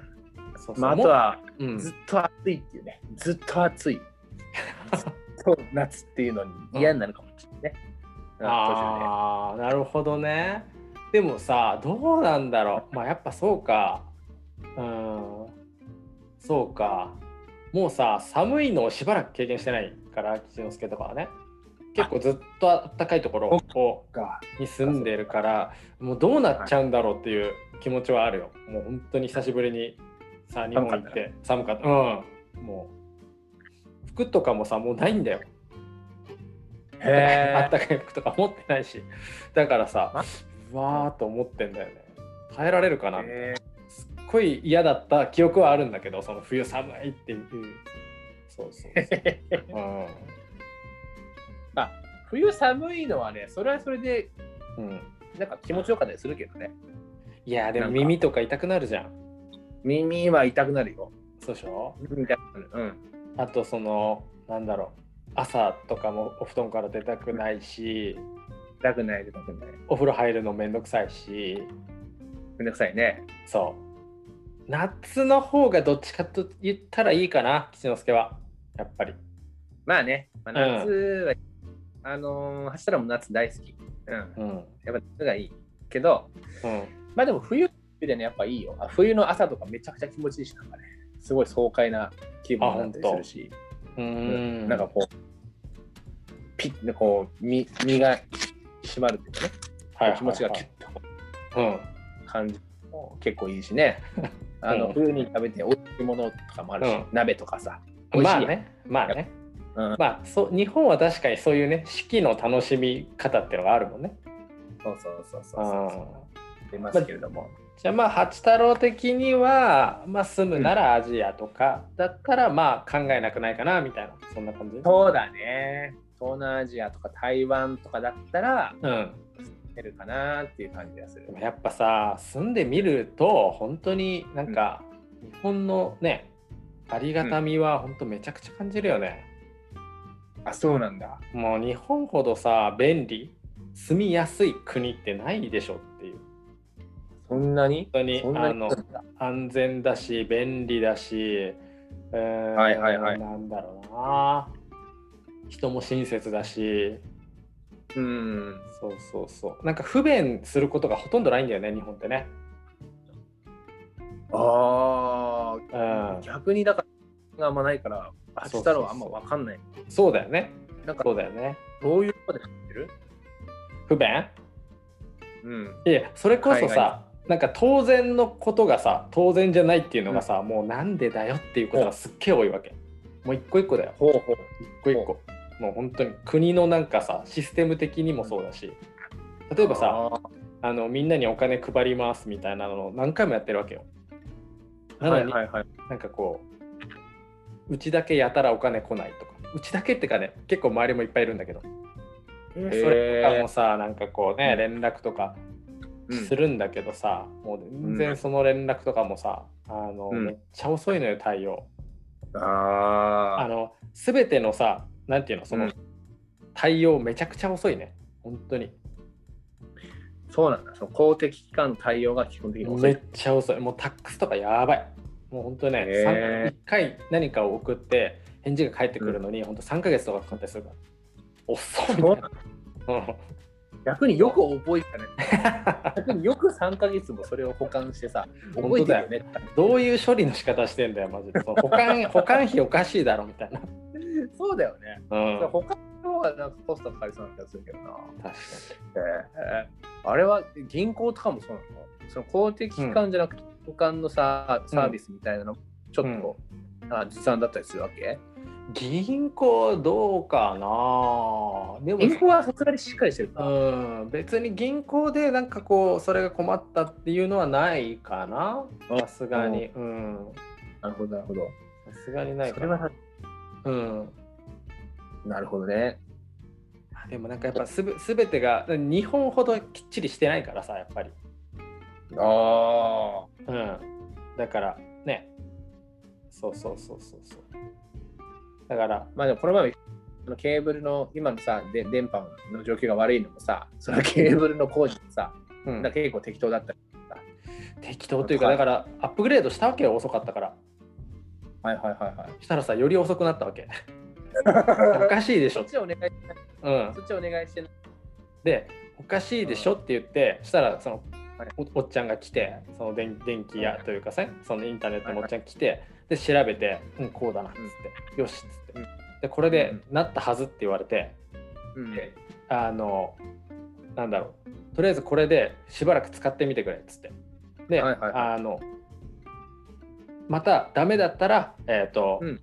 [SPEAKER 2] そうそう
[SPEAKER 1] まあ、あとは、
[SPEAKER 2] もううん
[SPEAKER 1] ずっと暑いっていうね。ずっと暑い。ずっと夏っていうのに嫌になるかもしれないね。うん
[SPEAKER 2] あーなるほどねでもさどうなんだろうまあやっぱそうかうんそうかもうさ寒いのをしばらく経験してないから吉之助とかはね結構ずっとあったかいところをこ
[SPEAKER 1] 途中でか
[SPEAKER 2] うに住んでるからもうどうなっちゃうんだろうっていう気持ちはあるよもう本当に久しぶりにさ日本行って寒かったうんもう服とかもさもうないんだよ あっ
[SPEAKER 1] へ
[SPEAKER 2] たかい服とか持ってないしだからさ
[SPEAKER 1] マ
[SPEAKER 2] うわーっと思ってんだよね耐えられるかなみたいな
[SPEAKER 1] え。
[SPEAKER 2] すっごい嫌だった記憶はあるんだけどその冬寒いっていうそうそうそ う、
[SPEAKER 1] 冬寒いのはね、それはそれで、
[SPEAKER 2] うんうん、
[SPEAKER 1] なんか気持ちよかったりするけどね。
[SPEAKER 2] いやでも
[SPEAKER 1] なんか
[SPEAKER 2] 耳とか痛くなるじゃん
[SPEAKER 1] 耳は痛くなるよ。
[SPEAKER 2] そうでしょ
[SPEAKER 1] 耳痛くなる。うん。
[SPEAKER 2] あとそのなんだろう朝とかもお布団から出たくないし
[SPEAKER 1] 痛くない、痛くない。
[SPEAKER 2] お風呂入るのめんどくさいし
[SPEAKER 1] めんどくさいね。
[SPEAKER 2] そう夏の方がどっちかと言ったらいいかな吉之助はやっぱり
[SPEAKER 1] まあね、まあ、夏は、あのー、走ったらもう夏大好き。うん。やっ
[SPEAKER 2] うん
[SPEAKER 1] ぱ夏がいい。けど、
[SPEAKER 2] うん
[SPEAKER 1] まあでも冬でね、やっぱいいよ。あ冬の朝とかめちゃくちゃ気持ちいいし、なんかね、すごい爽快な気分になったりするし、
[SPEAKER 2] う
[SPEAKER 1] うん
[SPEAKER 2] ん
[SPEAKER 1] なんかこう、ピッてこう、身身が締まるっていうかね、
[SPEAKER 2] はいはいはい
[SPEAKER 1] 気持ちがキュッとこ
[SPEAKER 2] うん
[SPEAKER 1] う感じるのも結構いいし ね。あ
[SPEAKER 2] う
[SPEAKER 1] の
[SPEAKER 2] ん
[SPEAKER 1] 冬に食べて美味しいものとかもあるし、
[SPEAKER 2] うん
[SPEAKER 1] 鍋とかさ。美味し
[SPEAKER 2] ま
[SPEAKER 1] い
[SPEAKER 2] あ
[SPEAKER 1] よ
[SPEAKER 2] ねまあね
[SPEAKER 1] うん
[SPEAKER 2] まあそう日本は確かにそういうね四季の楽しみ方っていうのがあるもんね
[SPEAKER 1] そうそうそうそううそ
[SPEAKER 2] ん
[SPEAKER 1] うありますけれども。
[SPEAKER 2] じゃあまあ八太郎的にはまあ住むならアジアとかだったらまあ考えなくないかなみたいなそんな感じ
[SPEAKER 1] そうだね。東南アジアとか台湾とかだったら
[SPEAKER 2] うん
[SPEAKER 1] 出るかなっていう感じがする
[SPEAKER 2] で。もやっぱさ住んでみると本当になんか日本のねありがたみは本当めちゃくちゃ感じるよね、
[SPEAKER 1] あ、そうなんだ。
[SPEAKER 2] もう日本ほどさ便利住みやすい国ってないでしょっていう
[SPEAKER 1] そんなに
[SPEAKER 2] 本当に
[SPEAKER 1] そんなに
[SPEAKER 2] あの安全だし便利だし、えー
[SPEAKER 1] はいはいはい
[SPEAKER 2] なんだろうな人も親切だし
[SPEAKER 1] うん。
[SPEAKER 2] そうそうそうなんか不便することがほとんどないんだよね日本ってね、
[SPEAKER 1] あ
[SPEAKER 2] う
[SPEAKER 1] あ、
[SPEAKER 2] ん、
[SPEAKER 1] 逆にだから、あんまないから、八太郎はあんまわかんない。
[SPEAKER 2] そうだよね
[SPEAKER 1] なんか、
[SPEAKER 2] そうだよね
[SPEAKER 1] どういうことで知ってる
[SPEAKER 2] 不便
[SPEAKER 1] うん。
[SPEAKER 2] いやそれこそ
[SPEAKER 1] 海
[SPEAKER 2] さなんか当然のことがさ当然じゃないっていうのがさ、もうなんでだよっていうことがすっげえ多いわけもう一個一個だよ
[SPEAKER 1] ほうほう。
[SPEAKER 2] 一個一個もう本当に国のなんかさシステム的にもそうだし例えばさ
[SPEAKER 1] あー、
[SPEAKER 2] あのみんなにお金配りますみたいなのを何回もやってるわけよなの
[SPEAKER 1] は
[SPEAKER 2] に、
[SPEAKER 1] いはいはい。
[SPEAKER 2] なんかこううちだけやたらお金来ないとかうちだけってかね結構周りもいっぱいいるんだけど、
[SPEAKER 1] ー
[SPEAKER 2] それとかもさなんかこうね連絡とか
[SPEAKER 1] うん
[SPEAKER 2] するんだけどさ、もう全然その連絡とかもさ、あの
[SPEAKER 1] うん
[SPEAKER 2] めっちゃ遅いのよ対応。あ
[SPEAKER 1] あ
[SPEAKER 2] の全てのさなんていうのその、
[SPEAKER 1] うん
[SPEAKER 2] 対応めちゃくちゃ遅いね本当に
[SPEAKER 1] ーそうなんだ。その公的機関の対応が基本的に遅
[SPEAKER 2] め
[SPEAKER 1] い
[SPEAKER 2] っ。ちゃ遅いもうタックスとかやばいもう本当
[SPEAKER 1] へ
[SPEAKER 2] ね、
[SPEAKER 1] ー
[SPEAKER 2] 三1回何かを送って返事が返ってくるのに、ほん、本当3か月とかかかったりするから遅いみたいなうん
[SPEAKER 1] 逆によく覚えたね。逆によく3ヶ月もそれを保管してさ、覚えてるよね。
[SPEAKER 2] どういう処理の仕方してんだよマジでその保管 保管費おかしいだろみたいな、
[SPEAKER 1] そうだよね。
[SPEAKER 2] うん、確か
[SPEAKER 1] 他の方がなんかコストかかりそうな気がするけどな。
[SPEAKER 2] に
[SPEAKER 1] えーあれは銀行とかもそうなのその公的機関じゃなくて、保管のさサービスみたいなのもちょっと、あずさんだったりするわけ
[SPEAKER 2] 銀行どうかなでも
[SPEAKER 1] 銀行はさすがにしっかりしてるから。
[SPEAKER 2] うん、別に銀行でなんかこうそれが困ったっていうのはないかな
[SPEAKER 1] あ
[SPEAKER 2] さすがにうん
[SPEAKER 1] なるほど、なるほど。
[SPEAKER 2] さすがにない
[SPEAKER 1] そ
[SPEAKER 2] か
[SPEAKER 1] れ
[SPEAKER 2] な
[SPEAKER 1] は
[SPEAKER 2] うん
[SPEAKER 1] なるほどね。
[SPEAKER 2] でもなんかやっぱすべ全てが日本ほどきっちりしてないからさやっぱり
[SPEAKER 1] あ
[SPEAKER 2] うんだからねそうそうそうそうそうだから
[SPEAKER 1] あ。まあでもこの前もあのケーブルの今のさで電波の状況が悪いのもさ、そのケーブルの工事もさ、
[SPEAKER 2] うん
[SPEAKER 1] なんか結構適当だったり。
[SPEAKER 2] 適当というか
[SPEAKER 1] は
[SPEAKER 2] だ
[SPEAKER 1] い
[SPEAKER 2] からアップグレードしたわけよ遅かったから
[SPEAKER 1] はいはいはいはい。
[SPEAKER 2] したらさより遅くなった わけおかしいでし
[SPEAKER 1] そ
[SPEAKER 2] ょ
[SPEAKER 1] っちお願い、
[SPEAKER 2] うん
[SPEAKER 1] そっちお願いしてない。
[SPEAKER 2] でおかしいでしょって言ってしたらその
[SPEAKER 1] はい
[SPEAKER 2] おおっちゃんが来てその電電気
[SPEAKER 1] は
[SPEAKER 2] 屋
[SPEAKER 1] い
[SPEAKER 2] というかさそのインターネットのおっちゃん来てで調べて「うんこうだな」っつって「よし」っつっ
[SPEAKER 1] う
[SPEAKER 2] て
[SPEAKER 1] ん
[SPEAKER 2] でこれで
[SPEAKER 1] うん
[SPEAKER 2] なったはずって言われて
[SPEAKER 1] うん
[SPEAKER 2] であのなんだろうとりあえずこれでしばらく使ってみてくれっつってで
[SPEAKER 1] はいはいは
[SPEAKER 2] あのまたダメだったらえっと
[SPEAKER 1] うん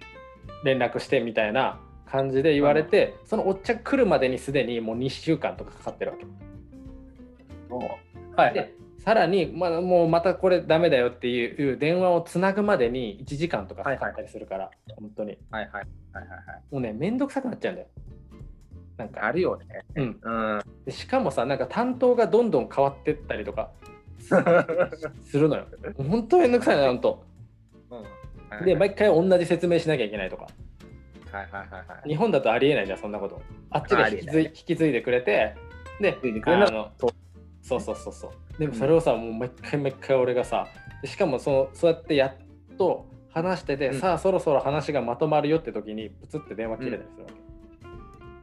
[SPEAKER 2] 連絡してみたいな感じで言われてそのおっちゃん来るまでにすでにもう2週間とかかかってるわけ。
[SPEAKER 1] は
[SPEAKER 2] でさらに、まあ、もうまたこれダメだよっていう電話をつなぐまでに1時間とかかかったりするから、本当に
[SPEAKER 1] はいはいはいはいはい。
[SPEAKER 2] もうね面倒くさくなっちゃうんだよなん か
[SPEAKER 1] あるよね。
[SPEAKER 2] うん
[SPEAKER 1] うん。
[SPEAKER 2] でしかもさなんか担当がどんどん変わってったりとかするのよ。本当めんどくさいな、本当。
[SPEAKER 1] うんは
[SPEAKER 2] で、
[SPEAKER 1] い
[SPEAKER 2] 毎回同じ説明しなきゃいけないとか。
[SPEAKER 1] はいはいはい。
[SPEAKER 2] 日本だとありえないじゃん、そんなこと。あっち
[SPEAKER 1] あ
[SPEAKER 2] が
[SPEAKER 1] り
[SPEAKER 2] 引
[SPEAKER 1] え
[SPEAKER 2] き
[SPEAKER 1] ない
[SPEAKER 2] 継い引き継いでくれて、で、
[SPEAKER 1] ついてくれな
[SPEAKER 2] あ
[SPEAKER 1] かっ
[SPEAKER 2] の
[SPEAKER 1] そう
[SPEAKER 2] そうそうそうそう。でもそれをさ、もう毎回毎回俺がさ、でしかもそのそうやってやっと話してて、
[SPEAKER 1] うん
[SPEAKER 2] さあそろそろ話がまとまるよって時に、プツって電話切れたりするわけ。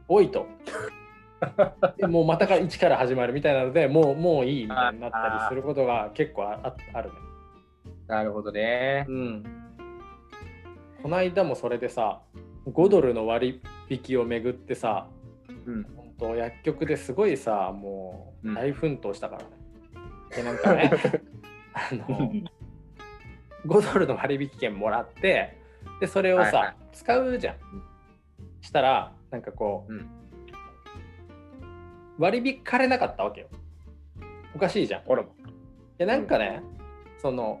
[SPEAKER 2] お いと。でもうまたから一から始まるみたいなので、もうもういいみたいになったりすることが結構あああるね。
[SPEAKER 1] たなるほどね。
[SPEAKER 2] うん、この間もそれでさ5ドルの割引をめぐってさ
[SPEAKER 1] うん。
[SPEAKER 2] 本当薬局ですごいさも
[SPEAKER 1] う
[SPEAKER 2] うん大奮闘したからね。でなん かねあの5ドルの割引券もらってでそれをさ、
[SPEAKER 1] はいはい
[SPEAKER 2] 使うじゃん。したらなんかこう、
[SPEAKER 1] うん
[SPEAKER 2] 割り引かれなかったわけよ。おかしいじゃん。
[SPEAKER 1] 俺も。
[SPEAKER 2] でなんかね、その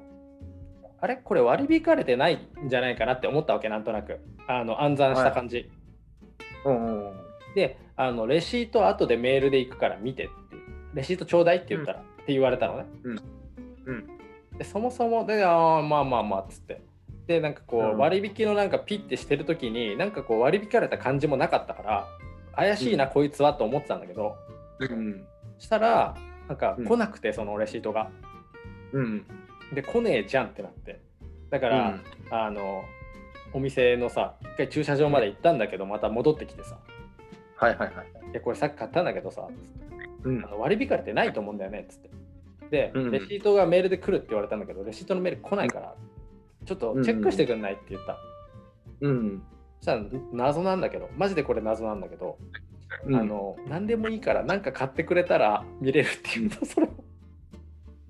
[SPEAKER 2] あれこれ割り引かれてないんじゃないかなって思ったわけなんとなくあの暗算した感じ、
[SPEAKER 1] うんうん。
[SPEAKER 2] であのレシート後でメールで行くから見てっていうレシートちょうだいって言ったら、って言われたのね、
[SPEAKER 1] うんうん
[SPEAKER 2] でそもそもでああまあまあまあっつってでなんかこう、
[SPEAKER 1] うん
[SPEAKER 2] 割引のなんかピッてしてる時になんかこう割り引かれた感じもなかったから怪しいな、こいつはと思ってたんだけど
[SPEAKER 1] うん。
[SPEAKER 2] したらなんか
[SPEAKER 1] うん
[SPEAKER 2] 来なくて、そのレシートが
[SPEAKER 1] うん。
[SPEAKER 2] で来ねえじゃんってなってだから、
[SPEAKER 1] うん
[SPEAKER 2] あのお店のさ一回駐車場まで行ったんだけどまた戻ってきてさ
[SPEAKER 1] はいはいはい。
[SPEAKER 2] 「いやこれさっき買ったんだけどさつって
[SPEAKER 1] うん
[SPEAKER 2] あ。の割り引かれてないと思うんだよね」っつってで、
[SPEAKER 1] うんうん
[SPEAKER 2] レシートがメールで来るって言われたんだけどレシートのメール来ないからちょっとチェックしてくんないって言った、
[SPEAKER 1] うん。
[SPEAKER 2] そしたら謎なんだけどマジでこれ謎なんだけど、
[SPEAKER 1] うん
[SPEAKER 2] あの何でもいいから何か買ってくれたら見れるっていう とそれも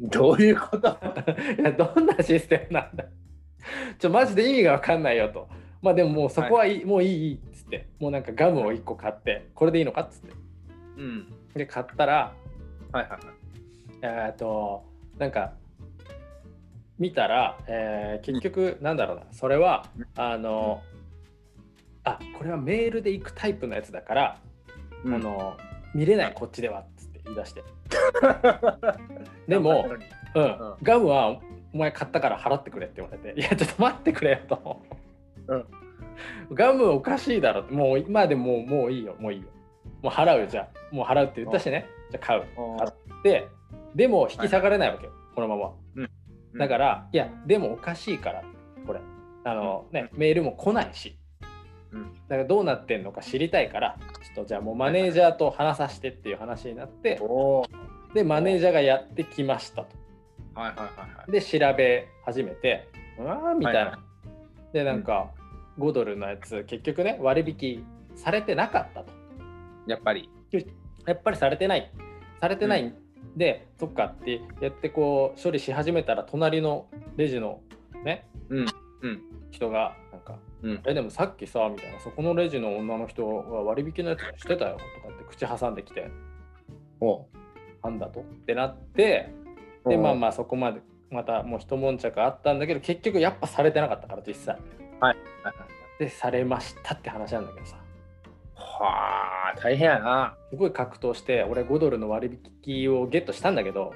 [SPEAKER 1] どういうこと
[SPEAKER 2] いやどんなシステムなんだちょマジで意味が分かんないよとまあでももうそこはいい、もういいいいっつってもうなんかガムを1個買ってこれでいいのかっつって
[SPEAKER 1] うん。
[SPEAKER 2] で買ったら
[SPEAKER 1] はいはいはい。
[SPEAKER 2] えーっとなんか見たら、えー結局なんだろうなそれはあのあこれはメールで行くタイプのやつだから、あの見れないこっちではっつって言い出してでも、うん
[SPEAKER 1] ん、
[SPEAKER 2] ガムはお前買ったから払ってくれって言われて「いやちょっと待ってくれよ」と、ガムおかしいだろ」ってもう今でもうもういいよもういいよもう払うよじゃあもう払うって言ったしねじゃあ買うででも引き下がれないわけよ、このままだからら、いやでもおかしいからこれあの、ねメールも来ないし、
[SPEAKER 1] うん
[SPEAKER 2] だからどうなってんのか知りたいからちょっとじゃあもうマネージャーと話させてっていう話になって
[SPEAKER 1] おー
[SPEAKER 2] でマネージャーがやってきましたと。
[SPEAKER 1] はいはいはいはい。
[SPEAKER 2] で調べ始めてああみたいな、
[SPEAKER 1] はいは
[SPEAKER 2] でなんか5ドルのやつ結局ね割引されてなかったと
[SPEAKER 1] やっぱり。
[SPEAKER 2] やっぱりされてないされてない、でそっかってやってこう処理し始めたら隣のレジのね、
[SPEAKER 1] うんうん
[SPEAKER 2] 人がなんか
[SPEAKER 1] うん
[SPEAKER 2] 「えでもさっきさ」みたいな「そこのレジの女の人は割引のやつしてたよ」とかって口挟んできて
[SPEAKER 1] お
[SPEAKER 2] 「なんだと?」ってなってでまあまあそこまでまたもう一悶着あったんだけど結局やっぱされてなかったから実際
[SPEAKER 1] あ。
[SPEAKER 2] でされましたって話なんだけどさ
[SPEAKER 1] はあ、大変やな。
[SPEAKER 2] すごい格闘して俺5ドルの割引をゲットしたんだけど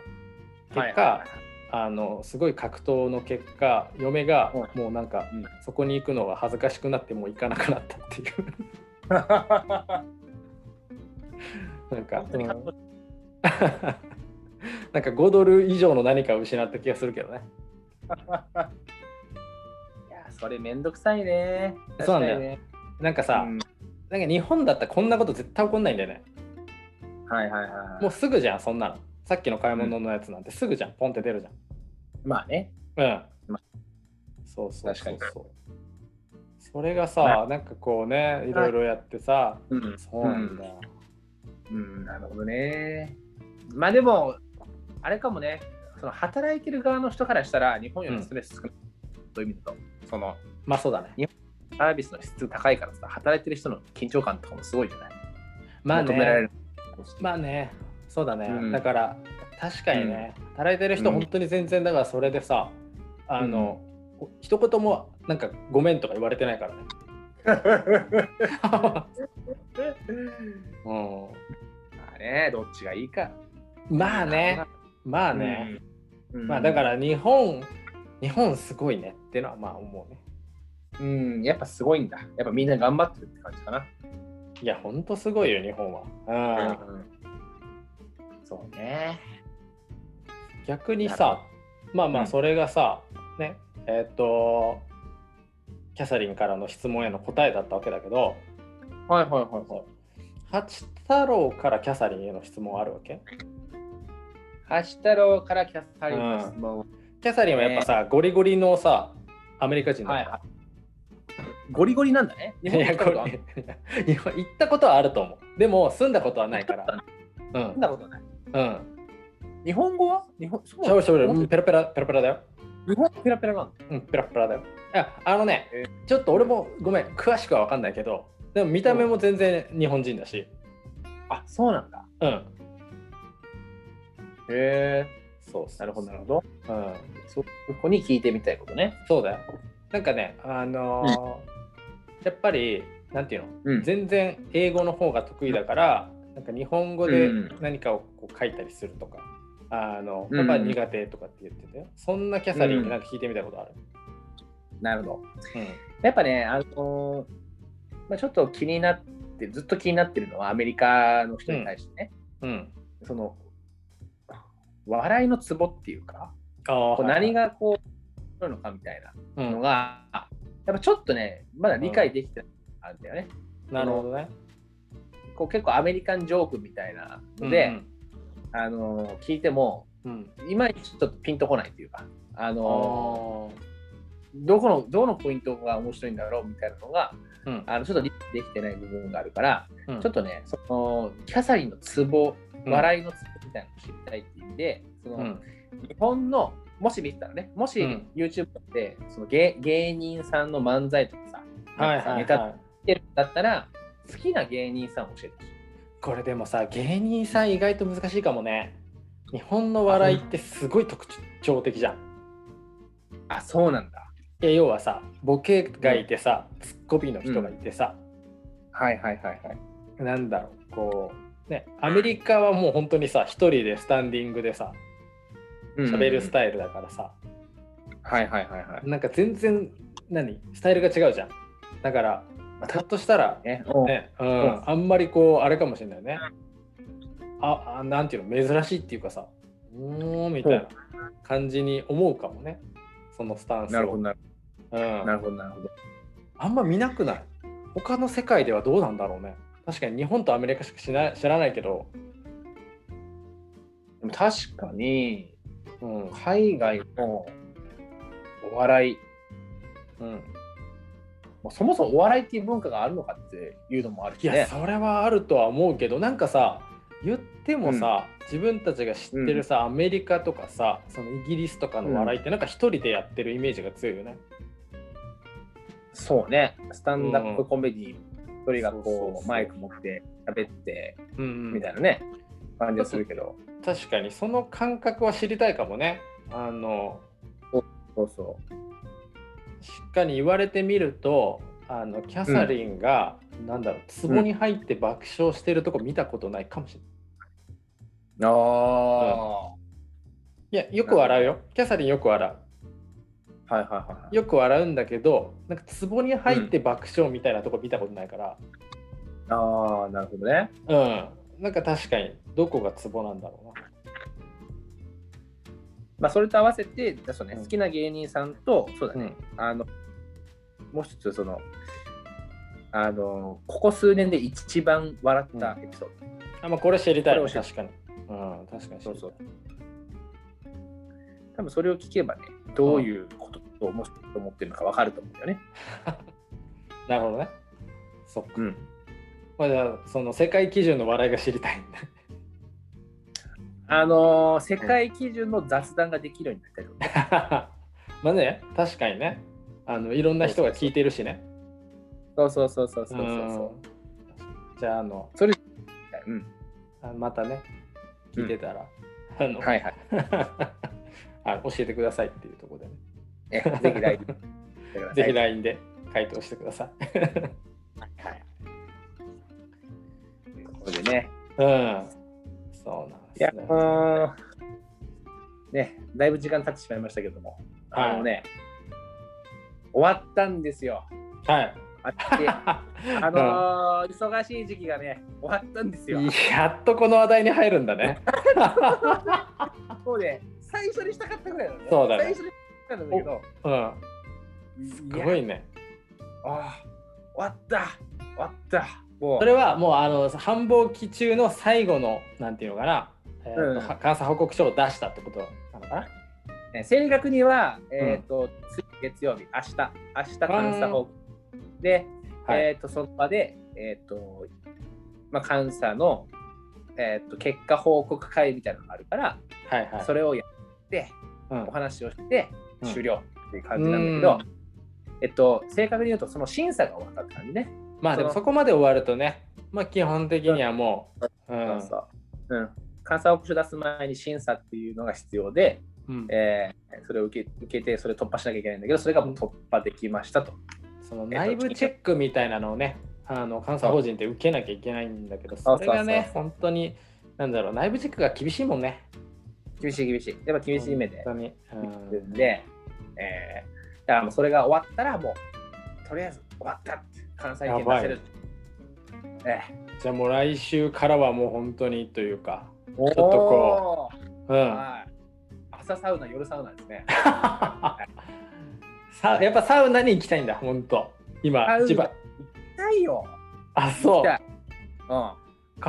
[SPEAKER 2] 結果、
[SPEAKER 1] はいは
[SPEAKER 2] あのすごい格闘の結果嫁が
[SPEAKER 1] う
[SPEAKER 2] もうなんか、
[SPEAKER 1] うん
[SPEAKER 2] そこに行くのが恥ずかしくなってもう行かなくなったっていう
[SPEAKER 1] いは
[SPEAKER 2] なん
[SPEAKER 1] い
[SPEAKER 2] か、うん なんか5ドル以上の何かを失った気がするけどね
[SPEAKER 1] いや、それめんどくさいね。
[SPEAKER 2] そうなんだよ
[SPEAKER 1] ね。
[SPEAKER 2] なんかさ、
[SPEAKER 1] うん
[SPEAKER 2] なんか日本だったらこんなこと絶対起こんないんだよね
[SPEAKER 1] はいはいはい。
[SPEAKER 2] もうすぐじゃんそんなのさっきの買い物のやつなんてすぐじゃんポンって出るじゃん
[SPEAKER 1] まあね。
[SPEAKER 2] うん
[SPEAKER 1] ま。
[SPEAKER 2] そうそう
[SPEAKER 1] 確か
[SPEAKER 2] そ
[SPEAKER 1] に
[SPEAKER 2] うそう。それが
[SPEAKER 1] は
[SPEAKER 2] さ、なんかこうね、いろいろやってさ、
[SPEAKER 1] うん
[SPEAKER 2] そうなんだよ。
[SPEAKER 1] うん、なるほどね。まあでも、あれかもね、その働いてる側の人からしたら、日本よりストレス少ない。という意味だと、その
[SPEAKER 2] まあそうだね。
[SPEAKER 1] サービスの質高いからさ、働いてる人の緊張感とかもすごいじゃない。
[SPEAKER 2] まあ
[SPEAKER 1] 求められ
[SPEAKER 2] ね。
[SPEAKER 1] る。
[SPEAKER 2] まあね。そうだね。
[SPEAKER 1] うん
[SPEAKER 2] だから、確かにね、働いてる人、
[SPEAKER 1] うん
[SPEAKER 2] 本当に全然、だからそれでさ、あの、一言もなんかごめんとか言われてないからね。う
[SPEAKER 1] まあね、どっちがいいか。、
[SPEAKER 2] ん、まあね。まあね、まあだからら日本日本すごいねっていうのはまあ思うね
[SPEAKER 1] うん、やっぱすごいんだ。やっぱみんな頑張ってるって感じかな。
[SPEAKER 2] いやほんとすごいよ日本は、うん、
[SPEAKER 1] そうね。
[SPEAKER 2] 逆にさまあ
[SPEAKER 1] う
[SPEAKER 2] まあ
[SPEAKER 1] ん
[SPEAKER 2] それがさ、ねえっ、とキャサリンからの質問への答えだったわけだけど
[SPEAKER 1] はいはいはいはい。
[SPEAKER 2] 八太郎からキャサリンへの質問はあるわけ
[SPEAKER 1] ハシタロウからキャサリンの質問。
[SPEAKER 2] キャサリンはやっぱさ、ゴリゴリのさアメリカ人だ
[SPEAKER 1] はいはい。ゴリゴリなんだね。
[SPEAKER 2] いやこれいや行ったことはあると思うでも住んだことはないからう
[SPEAKER 1] そん
[SPEAKER 2] ん
[SPEAKER 1] なことない。
[SPEAKER 2] うん
[SPEAKER 1] 日本語は日本そう
[SPEAKER 2] しゃぶしゃぶ
[SPEAKER 1] もっと
[SPEAKER 2] ペラペラペラペラだよ
[SPEAKER 1] 日本語ペラペラなんだ。
[SPEAKER 2] うんペラペラだよああのね
[SPEAKER 1] え
[SPEAKER 2] ちょっと俺もごめん詳しくは分かんないけどでも見た目も全然日本人だし
[SPEAKER 1] あそうなんだ。
[SPEAKER 2] うん
[SPEAKER 1] へえ。
[SPEAKER 2] そうそ
[SPEAKER 1] な
[SPEAKER 2] う
[SPEAKER 1] るほどなるほど。
[SPEAKER 2] ど、うん、
[SPEAKER 1] そういう子に聞いてみたいことね。
[SPEAKER 2] そうだよなんかねあのーやっぱりなんていうの、
[SPEAKER 1] うん
[SPEAKER 2] 全然英語の方が得意だからなんか日本語で
[SPEAKER 1] うん
[SPEAKER 2] 何かをこう書いたりするとか、あの
[SPEAKER 1] うん
[SPEAKER 2] やっぱ苦手とかって言ってたよそんなキャサリン
[SPEAKER 1] う
[SPEAKER 2] に
[SPEAKER 1] ん
[SPEAKER 2] なんか聞いてみたことある、
[SPEAKER 1] なるほど。
[SPEAKER 2] うん
[SPEAKER 1] やっぱね、あのーまあ、ちょっと気になって、ずっと気になってるのはアメリカの人に対してね、
[SPEAKER 2] うん、
[SPEAKER 1] その、笑いのツボっていうか、
[SPEAKER 2] あ
[SPEAKER 1] こ
[SPEAKER 2] ー
[SPEAKER 1] う何、がこう、面白いのかみたいな
[SPEAKER 2] うん
[SPEAKER 1] のが、やっぱちょっとね、まだ理解できてないあるんだよね。
[SPEAKER 2] なるほどね
[SPEAKER 1] こう結構アメリカンジョークみたいなので、あのー聞いても、
[SPEAKER 2] うんうん
[SPEAKER 1] いまいちちょっとピンとこないというか、あ
[SPEAKER 2] あ
[SPEAKER 1] のー
[SPEAKER 2] ー
[SPEAKER 1] どこの、どのポイントが面白いんだろうみたいなのが、
[SPEAKER 2] うん
[SPEAKER 1] あのちょっと理解できてない部分があるから、
[SPEAKER 2] うん
[SPEAKER 1] ちょっとね、そのキャサリンのツボ、
[SPEAKER 2] うん
[SPEAKER 1] 笑いのツボみたいなのを知りたいっていう意味で、その
[SPEAKER 2] うん
[SPEAKER 1] 日本の、もし見てたらね、もし
[SPEAKER 2] うん
[SPEAKER 1] YouTube でその芸芸人さんの漫才とかさ、
[SPEAKER 2] はい
[SPEAKER 1] なんかさ
[SPEAKER 2] はい、
[SPEAKER 1] ネタっ
[SPEAKER 2] はい、
[SPEAKER 1] てるんだったら、好きな芸人さんを教えてほしい。
[SPEAKER 2] これでもさ芸人さん意外と難しいかもね日本の笑いってすごい特徴的じゃん
[SPEAKER 1] あ、そうなんだ。
[SPEAKER 2] いや要はさボケがいてさ、ツッコミの人がいてさ、
[SPEAKER 1] はいはいはいはい。
[SPEAKER 2] なんだろうこうねアメリカはもう本当にさ一人でスタンディングでさ喋るス
[SPEAKER 1] イ
[SPEAKER 2] タイルだからさ、
[SPEAKER 1] ル。はいはいはいはい。
[SPEAKER 2] なんか全然何スタイルが違うじゃんだからひょっとしたら
[SPEAKER 1] ね、うん
[SPEAKER 2] ね、う
[SPEAKER 1] うん
[SPEAKER 2] ん、あんまりこうあれかもしれないねああなんていうの珍しいっていうかさうーんみたいな感じに思うかもねそのスタンスを
[SPEAKER 1] なるほどなるほ
[SPEAKER 2] うん
[SPEAKER 1] どなるほどなるほど。
[SPEAKER 2] あんま見なくない他の世界ではどうなんだろうね確かに日本とアメリカしか知ら知らないけど、
[SPEAKER 1] でも確かに、
[SPEAKER 2] うん
[SPEAKER 1] 海外のお笑い、
[SPEAKER 2] うん、
[SPEAKER 1] まあそもそもお笑いっていう文化があるのかっていうのもある
[SPEAKER 2] い
[SPEAKER 1] し
[SPEAKER 2] や、
[SPEAKER 1] ね。
[SPEAKER 2] それはあるとは思うけどなんかさ言ってもさ、自分たちが知ってるさ、アメリカとかさそのイギリスとかの笑いってなんか一人でやってるイメージが強いよね。
[SPEAKER 1] そうね、スタンダッ
[SPEAKER 2] う
[SPEAKER 1] プ
[SPEAKER 2] ん
[SPEAKER 1] コメディ、一人がこう
[SPEAKER 2] そうそうそう
[SPEAKER 1] マイク持って喋って
[SPEAKER 2] うんうん
[SPEAKER 1] みたいなね、感じはするけど、
[SPEAKER 2] 確かにその感覚は知りたいかもねあの
[SPEAKER 1] そうそ
[SPEAKER 2] しっかり言われてみるとあのキャサリンが、なんだろう壺に入って爆笑してるとこ見たことないかもしれ
[SPEAKER 1] う。あ
[SPEAKER 2] ない、いやよく笑うよキャサリンよく笑
[SPEAKER 1] あ、はいはいは
[SPEAKER 2] う
[SPEAKER 1] い。
[SPEAKER 2] よく笑うんだけどなんか壺に入って爆笑みたいなとこ見たことないから
[SPEAKER 1] ああ、なるほどね。
[SPEAKER 2] うん、なんか確かにどこがツボなんだろうな
[SPEAKER 1] まあ、それと合わせて、そうね、
[SPEAKER 2] うん
[SPEAKER 1] 好きな芸人さんと、そうだね、あの、もう一つ、その、あの、ここ数年で一番笑ったエピソード。
[SPEAKER 2] あまあこれ知りたい
[SPEAKER 1] こ
[SPEAKER 2] ね
[SPEAKER 1] れ教え
[SPEAKER 2] 確かにうん確かに知りたい
[SPEAKER 1] そうそう多分それを聞けばね、どういうことを面白いと思ってるのか分かると思うんだよね。
[SPEAKER 2] なるほどねそっか、
[SPEAKER 1] うん。
[SPEAKER 2] まあ、じゃあその世界基準の笑いが知りたいんだ
[SPEAKER 1] あのー世界基準の雑談ができるようになったりとか、
[SPEAKER 2] まあね確かにねあのいろんな人が聞いてるしね
[SPEAKER 1] そうそうそうそうそうそう
[SPEAKER 2] うんじゃああの
[SPEAKER 1] う、ん、
[SPEAKER 2] あまたね聞いてたら、あの、
[SPEAKER 1] はいはい
[SPEAKER 2] あ教えてくださいっていうところでね
[SPEAKER 1] えぜひ LINE
[SPEAKER 2] ぜひ LINE で回答してください
[SPEAKER 1] はいということでね
[SPEAKER 2] うんそうなん
[SPEAKER 1] いや
[SPEAKER 2] ですね
[SPEAKER 1] うーんね、だいぶ時間経ってしまいましたけども、
[SPEAKER 2] はい
[SPEAKER 1] あのね、終わったんですよ。
[SPEAKER 2] はい。
[SPEAKER 1] あってあ のー忙しい時期がね、終わったんですよ。
[SPEAKER 2] やっとこの話題に入るんだね。
[SPEAKER 1] もうね、最初にしたかったぐらいなのね。
[SPEAKER 2] そうだね
[SPEAKER 1] 最初にしたかったんだけど、
[SPEAKER 2] うん。すごい
[SPEAKER 1] ね。
[SPEAKER 2] ね。
[SPEAKER 1] ああ、終わった、終わった。もう、
[SPEAKER 2] それはもうあの繁忙期中の最後のなんていうのかな、えーと
[SPEAKER 1] うん
[SPEAKER 2] 監査報告書を出したってことなのかな。
[SPEAKER 1] ね正確には、えっ、と、次月曜日、明日、明日監査報告で、
[SPEAKER 2] はい。
[SPEAKER 1] えっ、と、その場で、えっ、と、まあ、監査の、えっ、と、結果報告会みたいなのがあるから、
[SPEAKER 2] はいはい。
[SPEAKER 1] それをやって、
[SPEAKER 2] うん
[SPEAKER 1] お話をして、
[SPEAKER 2] うん
[SPEAKER 1] 終了っていう感じなんだけど、えっと、正確に言うと、その審査が終わったって感じね。
[SPEAKER 2] まあでもそこまで終わるとね、まあ基本的にはもう、う
[SPEAKER 1] そうそう。うん。監査報告書出す前に審査っていうのが必要で、
[SPEAKER 2] んうん
[SPEAKER 1] えーそれを受け受けて、それ突破しなきゃいけないんだけど、それがもう突破できましたと。
[SPEAKER 2] その内部チェックみたいなのをね、あの監査法人って受けなきゃいけないんだけど、
[SPEAKER 1] そ
[SPEAKER 2] そう
[SPEAKER 1] そうそう
[SPEAKER 2] れがね、本当に、なんだろう、内部チェックが厳しいもんね。
[SPEAKER 1] 厳しい厳しい。やっぱ厳しい目で
[SPEAKER 2] 本当に。う
[SPEAKER 1] 見てるん
[SPEAKER 2] ん
[SPEAKER 1] で、えーだからもうそれが終わったら、もう、とりあえず終わったって、関西圏出せる。え
[SPEAKER 2] じゃあもう来週からはもう本当にというか、
[SPEAKER 1] え
[SPEAKER 2] ょっとこう
[SPEAKER 1] おー
[SPEAKER 2] ん。
[SPEAKER 1] はい朝サウナ、夜サウナですね。
[SPEAKER 2] さやっぱサウナに行きたいんだ、本当。今
[SPEAKER 1] サウ、ナ
[SPEAKER 2] 一番。
[SPEAKER 1] ないよ。
[SPEAKER 2] あ、そ
[SPEAKER 1] 行きた
[SPEAKER 2] う
[SPEAKER 1] い。うん。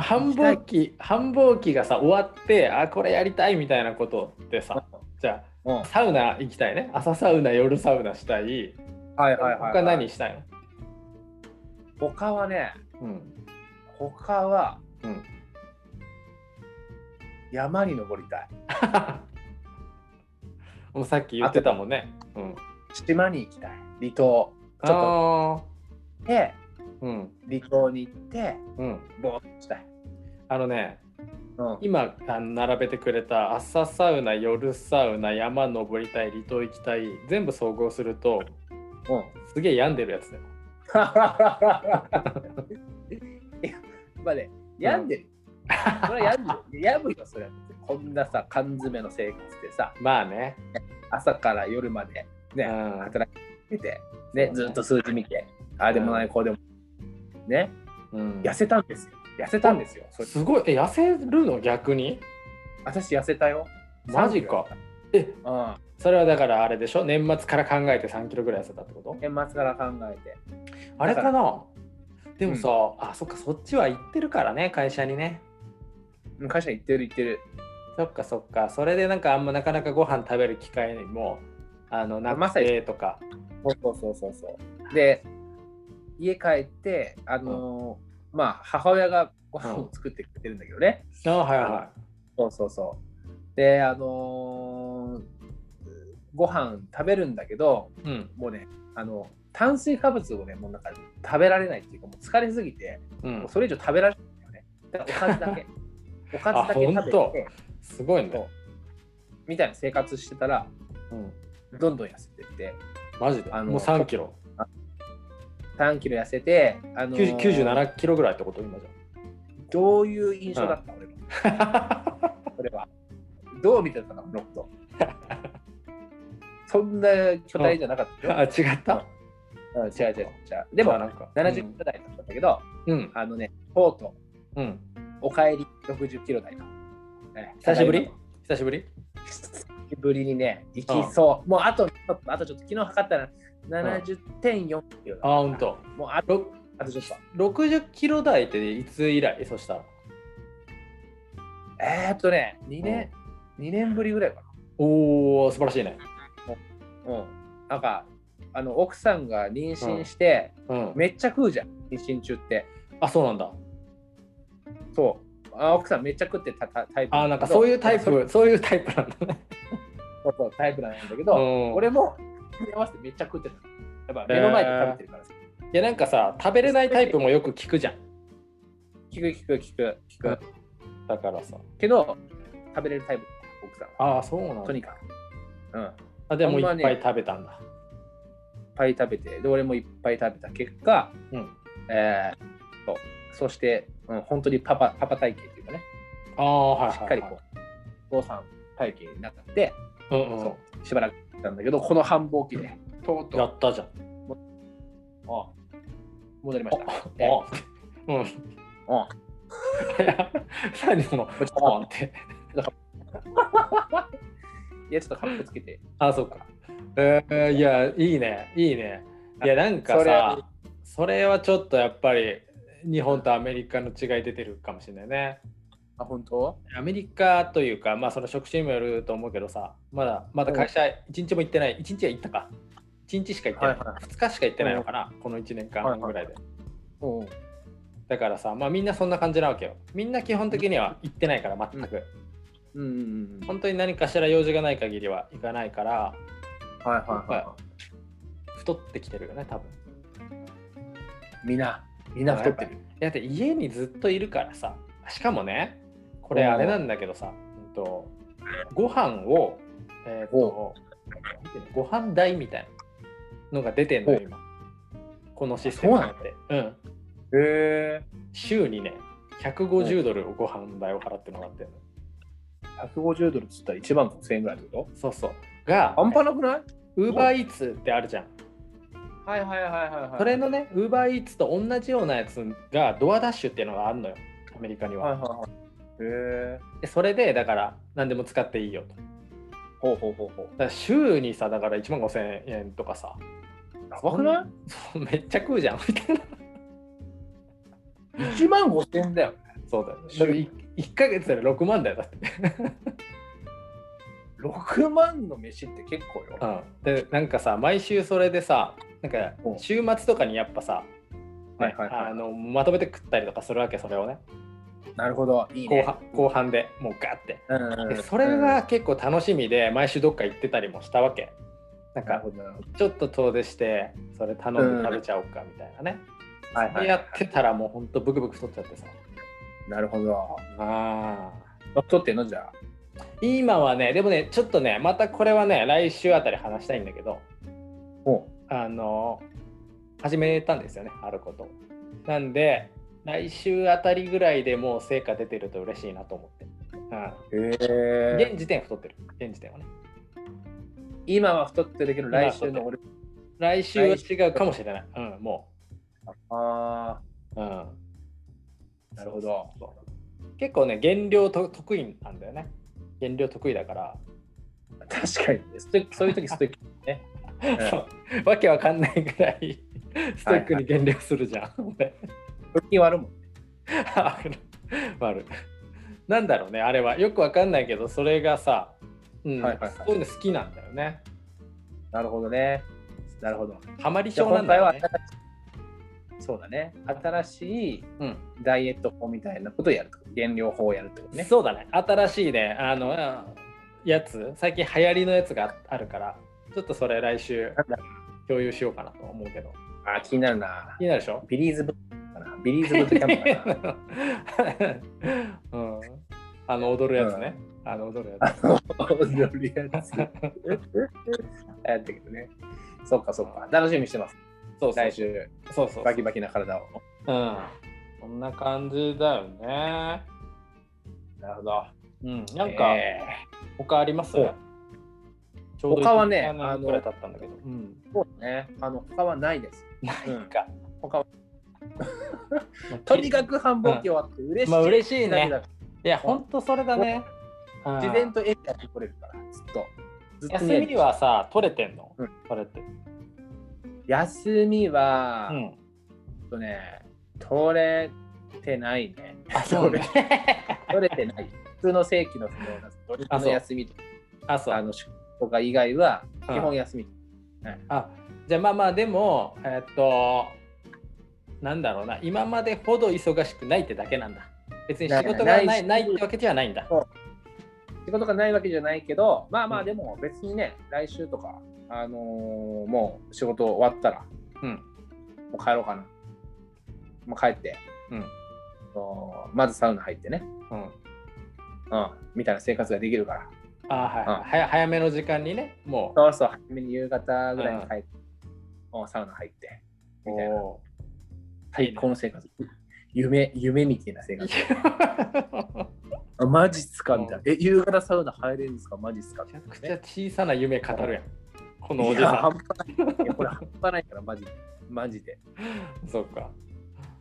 [SPEAKER 2] 繁忙期、繁忙期がさ、終わって、あ、これやりたいみたいなことってさ、じゃ
[SPEAKER 1] うん、は
[SPEAKER 2] あ、サウナ行きたいね。朝サウナ、夜サウナしたい。
[SPEAKER 1] いはいはい、はい。
[SPEAKER 2] 他何したいの
[SPEAKER 1] 他はね、
[SPEAKER 2] うん、
[SPEAKER 1] 他は、
[SPEAKER 2] うん
[SPEAKER 1] 山に登りたい。
[SPEAKER 2] もうさっき言ってたもんね。うん、
[SPEAKER 1] 島に行きたい。離島。ちょ
[SPEAKER 2] あ
[SPEAKER 1] っとで、
[SPEAKER 2] ーうん
[SPEAKER 1] 離島に行って、
[SPEAKER 2] うん、
[SPEAKER 1] ぼーっとしたい。
[SPEAKER 2] あのね
[SPEAKER 1] うん、
[SPEAKER 2] 今あの並べてくれた朝サウナ夜サウナ山登りたい離島行きたい全部総合すると
[SPEAKER 1] うん
[SPEAKER 2] すげえ病んでるやつだよ。
[SPEAKER 1] いやまあね、病んでる。それは病んでる。病むよ、それは。こんなさ、缶詰の生活でさ、
[SPEAKER 2] まあね。
[SPEAKER 1] 朝から夜まで、ね、
[SPEAKER 2] うん
[SPEAKER 1] 働いてて、
[SPEAKER 2] そ
[SPEAKER 1] ね、
[SPEAKER 2] う
[SPEAKER 1] ずっと数字見て、ああでもな
[SPEAKER 2] う
[SPEAKER 1] い、こうでもない。ね、
[SPEAKER 2] うん
[SPEAKER 1] 痩せたんですよ。痩せたんですよ。それ
[SPEAKER 2] すごいえ痩せるの逆に
[SPEAKER 1] 私、痩せたよ。
[SPEAKER 2] マジか。え
[SPEAKER 1] うん。
[SPEAKER 2] それはだからあれでしょ年末から考えて3キロぐらい痩せたってこと
[SPEAKER 1] 年末から考えて。
[SPEAKER 2] あれか
[SPEAKER 1] だ
[SPEAKER 2] なでもさ、あそっかそっちは行ってるからね会社にね。
[SPEAKER 1] うん会社行ってる行ってる。
[SPEAKER 2] そっかそっかそれでなんかあんまなかなかご飯食べる機会にもあのな
[SPEAKER 1] ま
[SPEAKER 2] く
[SPEAKER 1] さに
[SPEAKER 2] てとか、
[SPEAKER 1] そうそうそうそうそう。で、家帰って、あのーまあ、母親がご飯を作ってくれてるんだけどね。
[SPEAKER 2] あはいは
[SPEAKER 1] そうそうそう。で、あのーご飯食べるんだけど、
[SPEAKER 2] い、うん
[SPEAKER 1] もうね、あの、炭水化物をね、もうなんか食べられないっていうか、もう疲れすぎて、
[SPEAKER 2] うん
[SPEAKER 1] もう、それ以上食べられないんだよね。だからおかずだ け。おかずだけ
[SPEAKER 2] あほん
[SPEAKER 1] 食
[SPEAKER 2] と
[SPEAKER 1] べて、
[SPEAKER 2] すごい
[SPEAKER 1] そう
[SPEAKER 2] ね、
[SPEAKER 1] みたいな生活してたら、
[SPEAKER 2] うん、
[SPEAKER 1] どんどん痩せてって、
[SPEAKER 2] マジで
[SPEAKER 1] あの
[SPEAKER 2] もう3キロ、
[SPEAKER 1] 3キロ痩せて、あのー
[SPEAKER 2] 90 97キロぐらいってこと今じ
[SPEAKER 1] どういう印象だった、俺は。
[SPEAKER 2] ゃ
[SPEAKER 1] それは。どう見てたの、ロット。 そんな巨大じゃなかったよ
[SPEAKER 2] んあ。違った
[SPEAKER 1] うん、違う違う違う。でも、
[SPEAKER 2] なんか
[SPEAKER 1] 70キロ台だったんだけど、
[SPEAKER 2] うん
[SPEAKER 1] あのね、とうとう、
[SPEAKER 2] うん、うん、
[SPEAKER 1] おかえり60キロ台の。ね
[SPEAKER 2] 久しぶり
[SPEAKER 1] ただい
[SPEAKER 2] 久しぶり
[SPEAKER 1] ま久しぶりにね、行きそう。もうあとちょっと、あとちょっと、昨日測ったら70.4キロだ
[SPEAKER 2] あほんと
[SPEAKER 1] もうあと
[SPEAKER 2] ろ
[SPEAKER 1] あとちょっと。
[SPEAKER 2] 60キロ台っていつ以来そしたら
[SPEAKER 1] えー、っとね、2年、二年ぶりぐらいか
[SPEAKER 2] おお素晴らしいね
[SPEAKER 1] な。うん。なんか、あの奥さんが妊娠して、
[SPEAKER 2] うん
[SPEAKER 1] めっちゃ食うじゃん、妊娠中って。
[SPEAKER 2] あそうなんだ
[SPEAKER 1] そう。あ奥さんめっちゃ食ってたたタイプ
[SPEAKER 2] あなんかそういうタイ
[SPEAKER 1] そ
[SPEAKER 2] プそういうタイプなんだね
[SPEAKER 1] うそうタイプなんだけど、
[SPEAKER 2] うん
[SPEAKER 1] 俺も組み合わせてめっちゃ食ってた。やっぱ目の前で食べてるからさ。
[SPEAKER 2] いやなんかさ食べれないタイプもよく聞くじゃん
[SPEAKER 1] 聞く聞く聞く聞く。
[SPEAKER 2] だからさ
[SPEAKER 1] けど、食べれるタイプ、奥さんは。
[SPEAKER 2] ああそうなん
[SPEAKER 1] と
[SPEAKER 2] だ
[SPEAKER 1] にかく。うん。いっ
[SPEAKER 2] あでも
[SPEAKER 1] ほ
[SPEAKER 2] い
[SPEAKER 1] んま
[SPEAKER 2] っ
[SPEAKER 1] ね
[SPEAKER 2] ぱい食べたんだ、
[SPEAKER 1] ぱい食べて、で、俺もいっぱい食べた結果、
[SPEAKER 2] うん
[SPEAKER 1] えー、そうそして、うん、本当にパパパパ体型っていうかね、
[SPEAKER 2] ああはいはい、はい、
[SPEAKER 1] しっかりこう、お父さん、体期になって、
[SPEAKER 2] うんうん
[SPEAKER 1] そうしばらくなんだけどこの繁忙期でとうと
[SPEAKER 2] や
[SPEAKER 1] う
[SPEAKER 2] ったじゃん。
[SPEAKER 1] あ戻りました。で
[SPEAKER 2] あうん。
[SPEAKER 1] あ
[SPEAKER 2] いや 何その、あって。
[SPEAKER 1] いやちょっとカッコつけて。
[SPEAKER 2] あ、そっか。えー、いや、いいね、いいね。いや、なんか
[SPEAKER 1] それは
[SPEAKER 2] さ、それはちょっとやっぱり、日本とアメリカの違い出てるかもしれないね。
[SPEAKER 1] あ本当
[SPEAKER 2] アメリカというか、まあ、その職種にもよると思うけどさ、まだまだ会社一日も行ってない、一日は行ったか、一日しか行ってない、
[SPEAKER 1] はいはい
[SPEAKER 2] 二日しか行ってないのかな、この一年間
[SPEAKER 1] はいはい
[SPEAKER 2] ぐらいで。
[SPEAKER 1] うん。うん
[SPEAKER 2] だからさ、まあ、みんなそんな感じなわけよ。みんな基本的には行ってないから、全く。
[SPEAKER 1] うんうん。
[SPEAKER 2] 本当に何かしら用事がない限りは行かないから、
[SPEAKER 1] はいはいは
[SPEAKER 2] 太ってきてるよね、多分
[SPEAKER 1] い。みんなみんな太ってる。
[SPEAKER 2] だって家にずっといるからさしかもねこれあれなんだけどさ、うん、とご飯を、えー、とご飯代みたいなのが出てんのよ
[SPEAKER 1] お
[SPEAKER 2] 今このシステムになってうん
[SPEAKER 1] へえ。
[SPEAKER 2] 週にね150ドルをご飯代を払ってもらってるの
[SPEAKER 1] 150ドルっつったら1万5000円ぐらいってこ
[SPEAKER 2] そうそうが
[SPEAKER 1] と半端なくない
[SPEAKER 2] ウーバーイーツってあるじゃん
[SPEAKER 1] はいはいはいはいはい。
[SPEAKER 2] それのねウーバーイーツと同じようなやつがドアダッシュっていうのがあるのよアメリカには、
[SPEAKER 1] はいはいはい。へえ。
[SPEAKER 2] でそれでだから何でも使っていいよと
[SPEAKER 1] ほうほうほうほう。
[SPEAKER 2] だから週にさだから1万5000円とかさ
[SPEAKER 1] やばくない
[SPEAKER 2] そうめっちゃ食うじゃん みたいな
[SPEAKER 1] ?1 万5000円だよ。
[SPEAKER 2] そうだよ、ね、
[SPEAKER 1] 週
[SPEAKER 2] 1か月で6万だよだって、
[SPEAKER 1] 6万の飯って結構よ。
[SPEAKER 2] うん、でなんかさ毎週それでさなんか
[SPEAKER 1] うん
[SPEAKER 2] 週末とかにやっぱさ、ね
[SPEAKER 1] はいはいはい
[SPEAKER 2] あのまとめて食ったりとかするわけそれをね
[SPEAKER 1] なるほど。いい
[SPEAKER 2] 後
[SPEAKER 1] ね。
[SPEAKER 2] 半後半でもうガッて
[SPEAKER 1] うん
[SPEAKER 2] でそれが、結構楽しみで毎週どっか行ってたりもしたわけなん
[SPEAKER 1] なる
[SPEAKER 2] か
[SPEAKER 1] ほどなるほど。
[SPEAKER 2] ちょっと遠出してそれ頼んで食べちゃおうかみたいなね、
[SPEAKER 1] はいはい
[SPEAKER 2] でやってたらもうほんとブクブク太っちゃってさ
[SPEAKER 1] なるほど。
[SPEAKER 2] ああ
[SPEAKER 1] 太ってんのじゃあ。
[SPEAKER 2] 今はねでもねちょっとねまたこれはね来週あたり話したいんだけど
[SPEAKER 1] お
[SPEAKER 2] あの始めたんですよねあることをなんで来週あたりぐらいでもう成果出てると嬉しいなと思って、う
[SPEAKER 1] へ
[SPEAKER 2] ん、
[SPEAKER 1] え。
[SPEAKER 2] 現時点太ってる現時点はね
[SPEAKER 1] 今は太ってるけど、来週の俺。
[SPEAKER 2] 来週は違うかもしれない、うん、も
[SPEAKER 1] あ
[SPEAKER 2] う、うん、
[SPEAKER 1] あ、なるほど。
[SPEAKER 2] 結構ね減量と得意なんだよね減量得意だから、
[SPEAKER 1] 確かに。ス トイックそういう時ストイック。うん
[SPEAKER 2] そうわけわかんないぐらいストイックに減量するじゃん、 俺
[SPEAKER 1] 腹筋割るもん。
[SPEAKER 2] ある あるなんだろうねあれはよくわかんないけどそれがさ、うん
[SPEAKER 1] はいはいはい
[SPEAKER 2] そういうの好きなんだよね
[SPEAKER 1] なるほどね。なるほど。
[SPEAKER 2] ハマり
[SPEAKER 1] じゃあ
[SPEAKER 2] 症な
[SPEAKER 1] 今
[SPEAKER 2] んだ
[SPEAKER 1] 回
[SPEAKER 2] よ
[SPEAKER 1] は
[SPEAKER 2] ね
[SPEAKER 1] 新しいそうだね。新しい
[SPEAKER 2] うん
[SPEAKER 1] ダイエット法みたいなことをやると。減量法をやるってことね。
[SPEAKER 2] そうだね新しいねあのあやつ最近流行りのやつがあるからちょっとそれ来
[SPEAKER 1] な
[SPEAKER 2] 週
[SPEAKER 1] んだ
[SPEAKER 2] 共有しようかなと思うけど
[SPEAKER 1] あー、気になるな。
[SPEAKER 2] 気になるでしょ
[SPEAKER 1] ビリーズブかな。ビリーズブートキャンプ かな。
[SPEAKER 2] うん、あの踊るやつね、あの踊る やつ
[SPEAKER 1] 踊るやつ。やったけどね。そっかそっか。楽しみにしてます。
[SPEAKER 2] そうそう
[SPEAKER 1] 来週、
[SPEAKER 2] そうそう
[SPEAKER 1] バキバキな体を。
[SPEAKER 2] うんこんな感じだよね
[SPEAKER 1] なるほど。
[SPEAKER 2] うん、なんか
[SPEAKER 1] え
[SPEAKER 2] 他あります、
[SPEAKER 1] うん
[SPEAKER 2] ちょうど
[SPEAKER 1] 他はね
[SPEAKER 2] 1時間ぐらい経ったんだけど、うん、
[SPEAKER 1] ーそうだね。あの、他はないです。
[SPEAKER 2] ない
[SPEAKER 1] うん
[SPEAKER 2] か、
[SPEAKER 1] 他はとにかく繁忙期終わって嬉しい。
[SPEAKER 2] まあ嬉しいね
[SPEAKER 1] だけだか
[SPEAKER 2] いやほんとそれだね、うん
[SPEAKER 1] ら自然とエリアてこれるから、ずっと。ずっと見え
[SPEAKER 2] 休
[SPEAKER 1] る
[SPEAKER 2] みはさ取れてんの、
[SPEAKER 1] うん
[SPEAKER 2] 取れて
[SPEAKER 1] 休みは、
[SPEAKER 2] う
[SPEAKER 1] え
[SPEAKER 2] ん
[SPEAKER 1] っとね、取れてないね。
[SPEAKER 2] あそうね
[SPEAKER 1] 取れてない。普通の正規の不能な土日
[SPEAKER 2] あそう
[SPEAKER 1] の休みとか、
[SPEAKER 2] あそう
[SPEAKER 1] あの、宿とか以外は、
[SPEAKER 2] うん
[SPEAKER 1] 基本休み。
[SPEAKER 2] あじゃあまあまあでもえーっとなんだろうな今までほど忙しくないってだけなんだ別に仕
[SPEAKER 1] な
[SPEAKER 2] 事がないい
[SPEAKER 1] な
[SPEAKER 2] ないいってわけじゃないんだ
[SPEAKER 1] 仕事がないわけじゃないけど、まあま
[SPEAKER 2] う
[SPEAKER 1] あ
[SPEAKER 2] ん
[SPEAKER 1] でも別にね、来週とか、あのーもう仕事終わったら、
[SPEAKER 2] うん
[SPEAKER 1] もう帰ろうかな。もう帰って、
[SPEAKER 2] うん
[SPEAKER 1] あのーまずサウナ入ってね、
[SPEAKER 2] うん
[SPEAKER 1] うん、みたいな生活ができるから。
[SPEAKER 2] あはい、
[SPEAKER 1] うん
[SPEAKER 2] はや早めの時間にねもう
[SPEAKER 1] そうそう、初めに夕方ぐらいに帰って、もうサウナ入って、みたいな。
[SPEAKER 2] おー
[SPEAKER 1] 最高の生活。夢、夢みたいな生活。あマジっすかみたいな。え、夕方サウナ入れるんですかマジっすか
[SPEAKER 2] め
[SPEAKER 1] みた
[SPEAKER 2] ち
[SPEAKER 1] い
[SPEAKER 2] ゃくち
[SPEAKER 1] な
[SPEAKER 2] ゃ
[SPEAKER 1] ね
[SPEAKER 2] 小さな夢語るやん。このおじ
[SPEAKER 1] いや
[SPEAKER 2] さ
[SPEAKER 1] 半端ない。いやこれ半端ないから、マジで。マジで。
[SPEAKER 2] ん。そうか。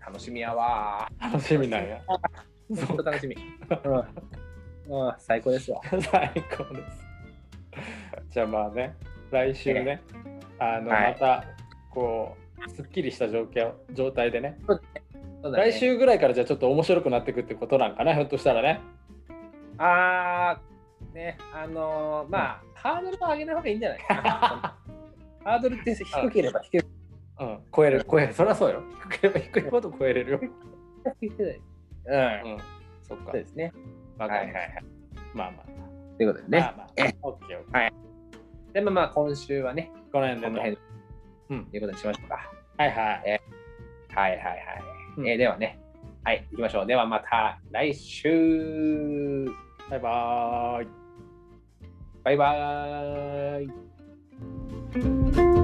[SPEAKER 1] 楽しみやわ
[SPEAKER 2] 楽しみなんや。
[SPEAKER 1] ー。
[SPEAKER 2] そ
[SPEAKER 1] 本
[SPEAKER 2] う
[SPEAKER 1] 当楽しみ。 うん。うん、最高ですわ。
[SPEAKER 2] 最高です。じゃあまあね、来週ね、あの、
[SPEAKER 1] はい
[SPEAKER 2] またこう、すっきりした状況状態でね、
[SPEAKER 1] そうだね
[SPEAKER 2] 来週ぐらいからじゃあちょっと面白くなってくってことなんかな、ひょっとしたらね。
[SPEAKER 1] あー、ね、あのー、まあ、ハードルを上げない方がいいんじゃ ないかな。ハードルって低ければ低けれ
[SPEAKER 2] うん、超える、超える、そりゃそうよ。低ければ低いほど超えれるよ。
[SPEAKER 1] ば低ければ。うん。
[SPEAKER 2] うん、そっか
[SPEAKER 1] そう。ですね。
[SPEAKER 2] わかりました
[SPEAKER 1] い。
[SPEAKER 2] まあまあ。
[SPEAKER 1] ということでね
[SPEAKER 2] ま。あまあ
[SPEAKER 1] え。
[SPEAKER 2] オッケーオッケー。
[SPEAKER 1] でもまあ、今週はね、
[SPEAKER 2] この辺
[SPEAKER 1] こ
[SPEAKER 2] で
[SPEAKER 1] の辺
[SPEAKER 2] と。
[SPEAKER 1] と
[SPEAKER 2] うん。
[SPEAKER 1] いうことにしましょうか。
[SPEAKER 2] はいはい。
[SPEAKER 1] はいはいはい。
[SPEAKER 2] うん
[SPEAKER 1] えーではね、はい、行きましょう。ではまた来週。
[SPEAKER 2] バイバーイ。
[SPEAKER 1] バイバーイ。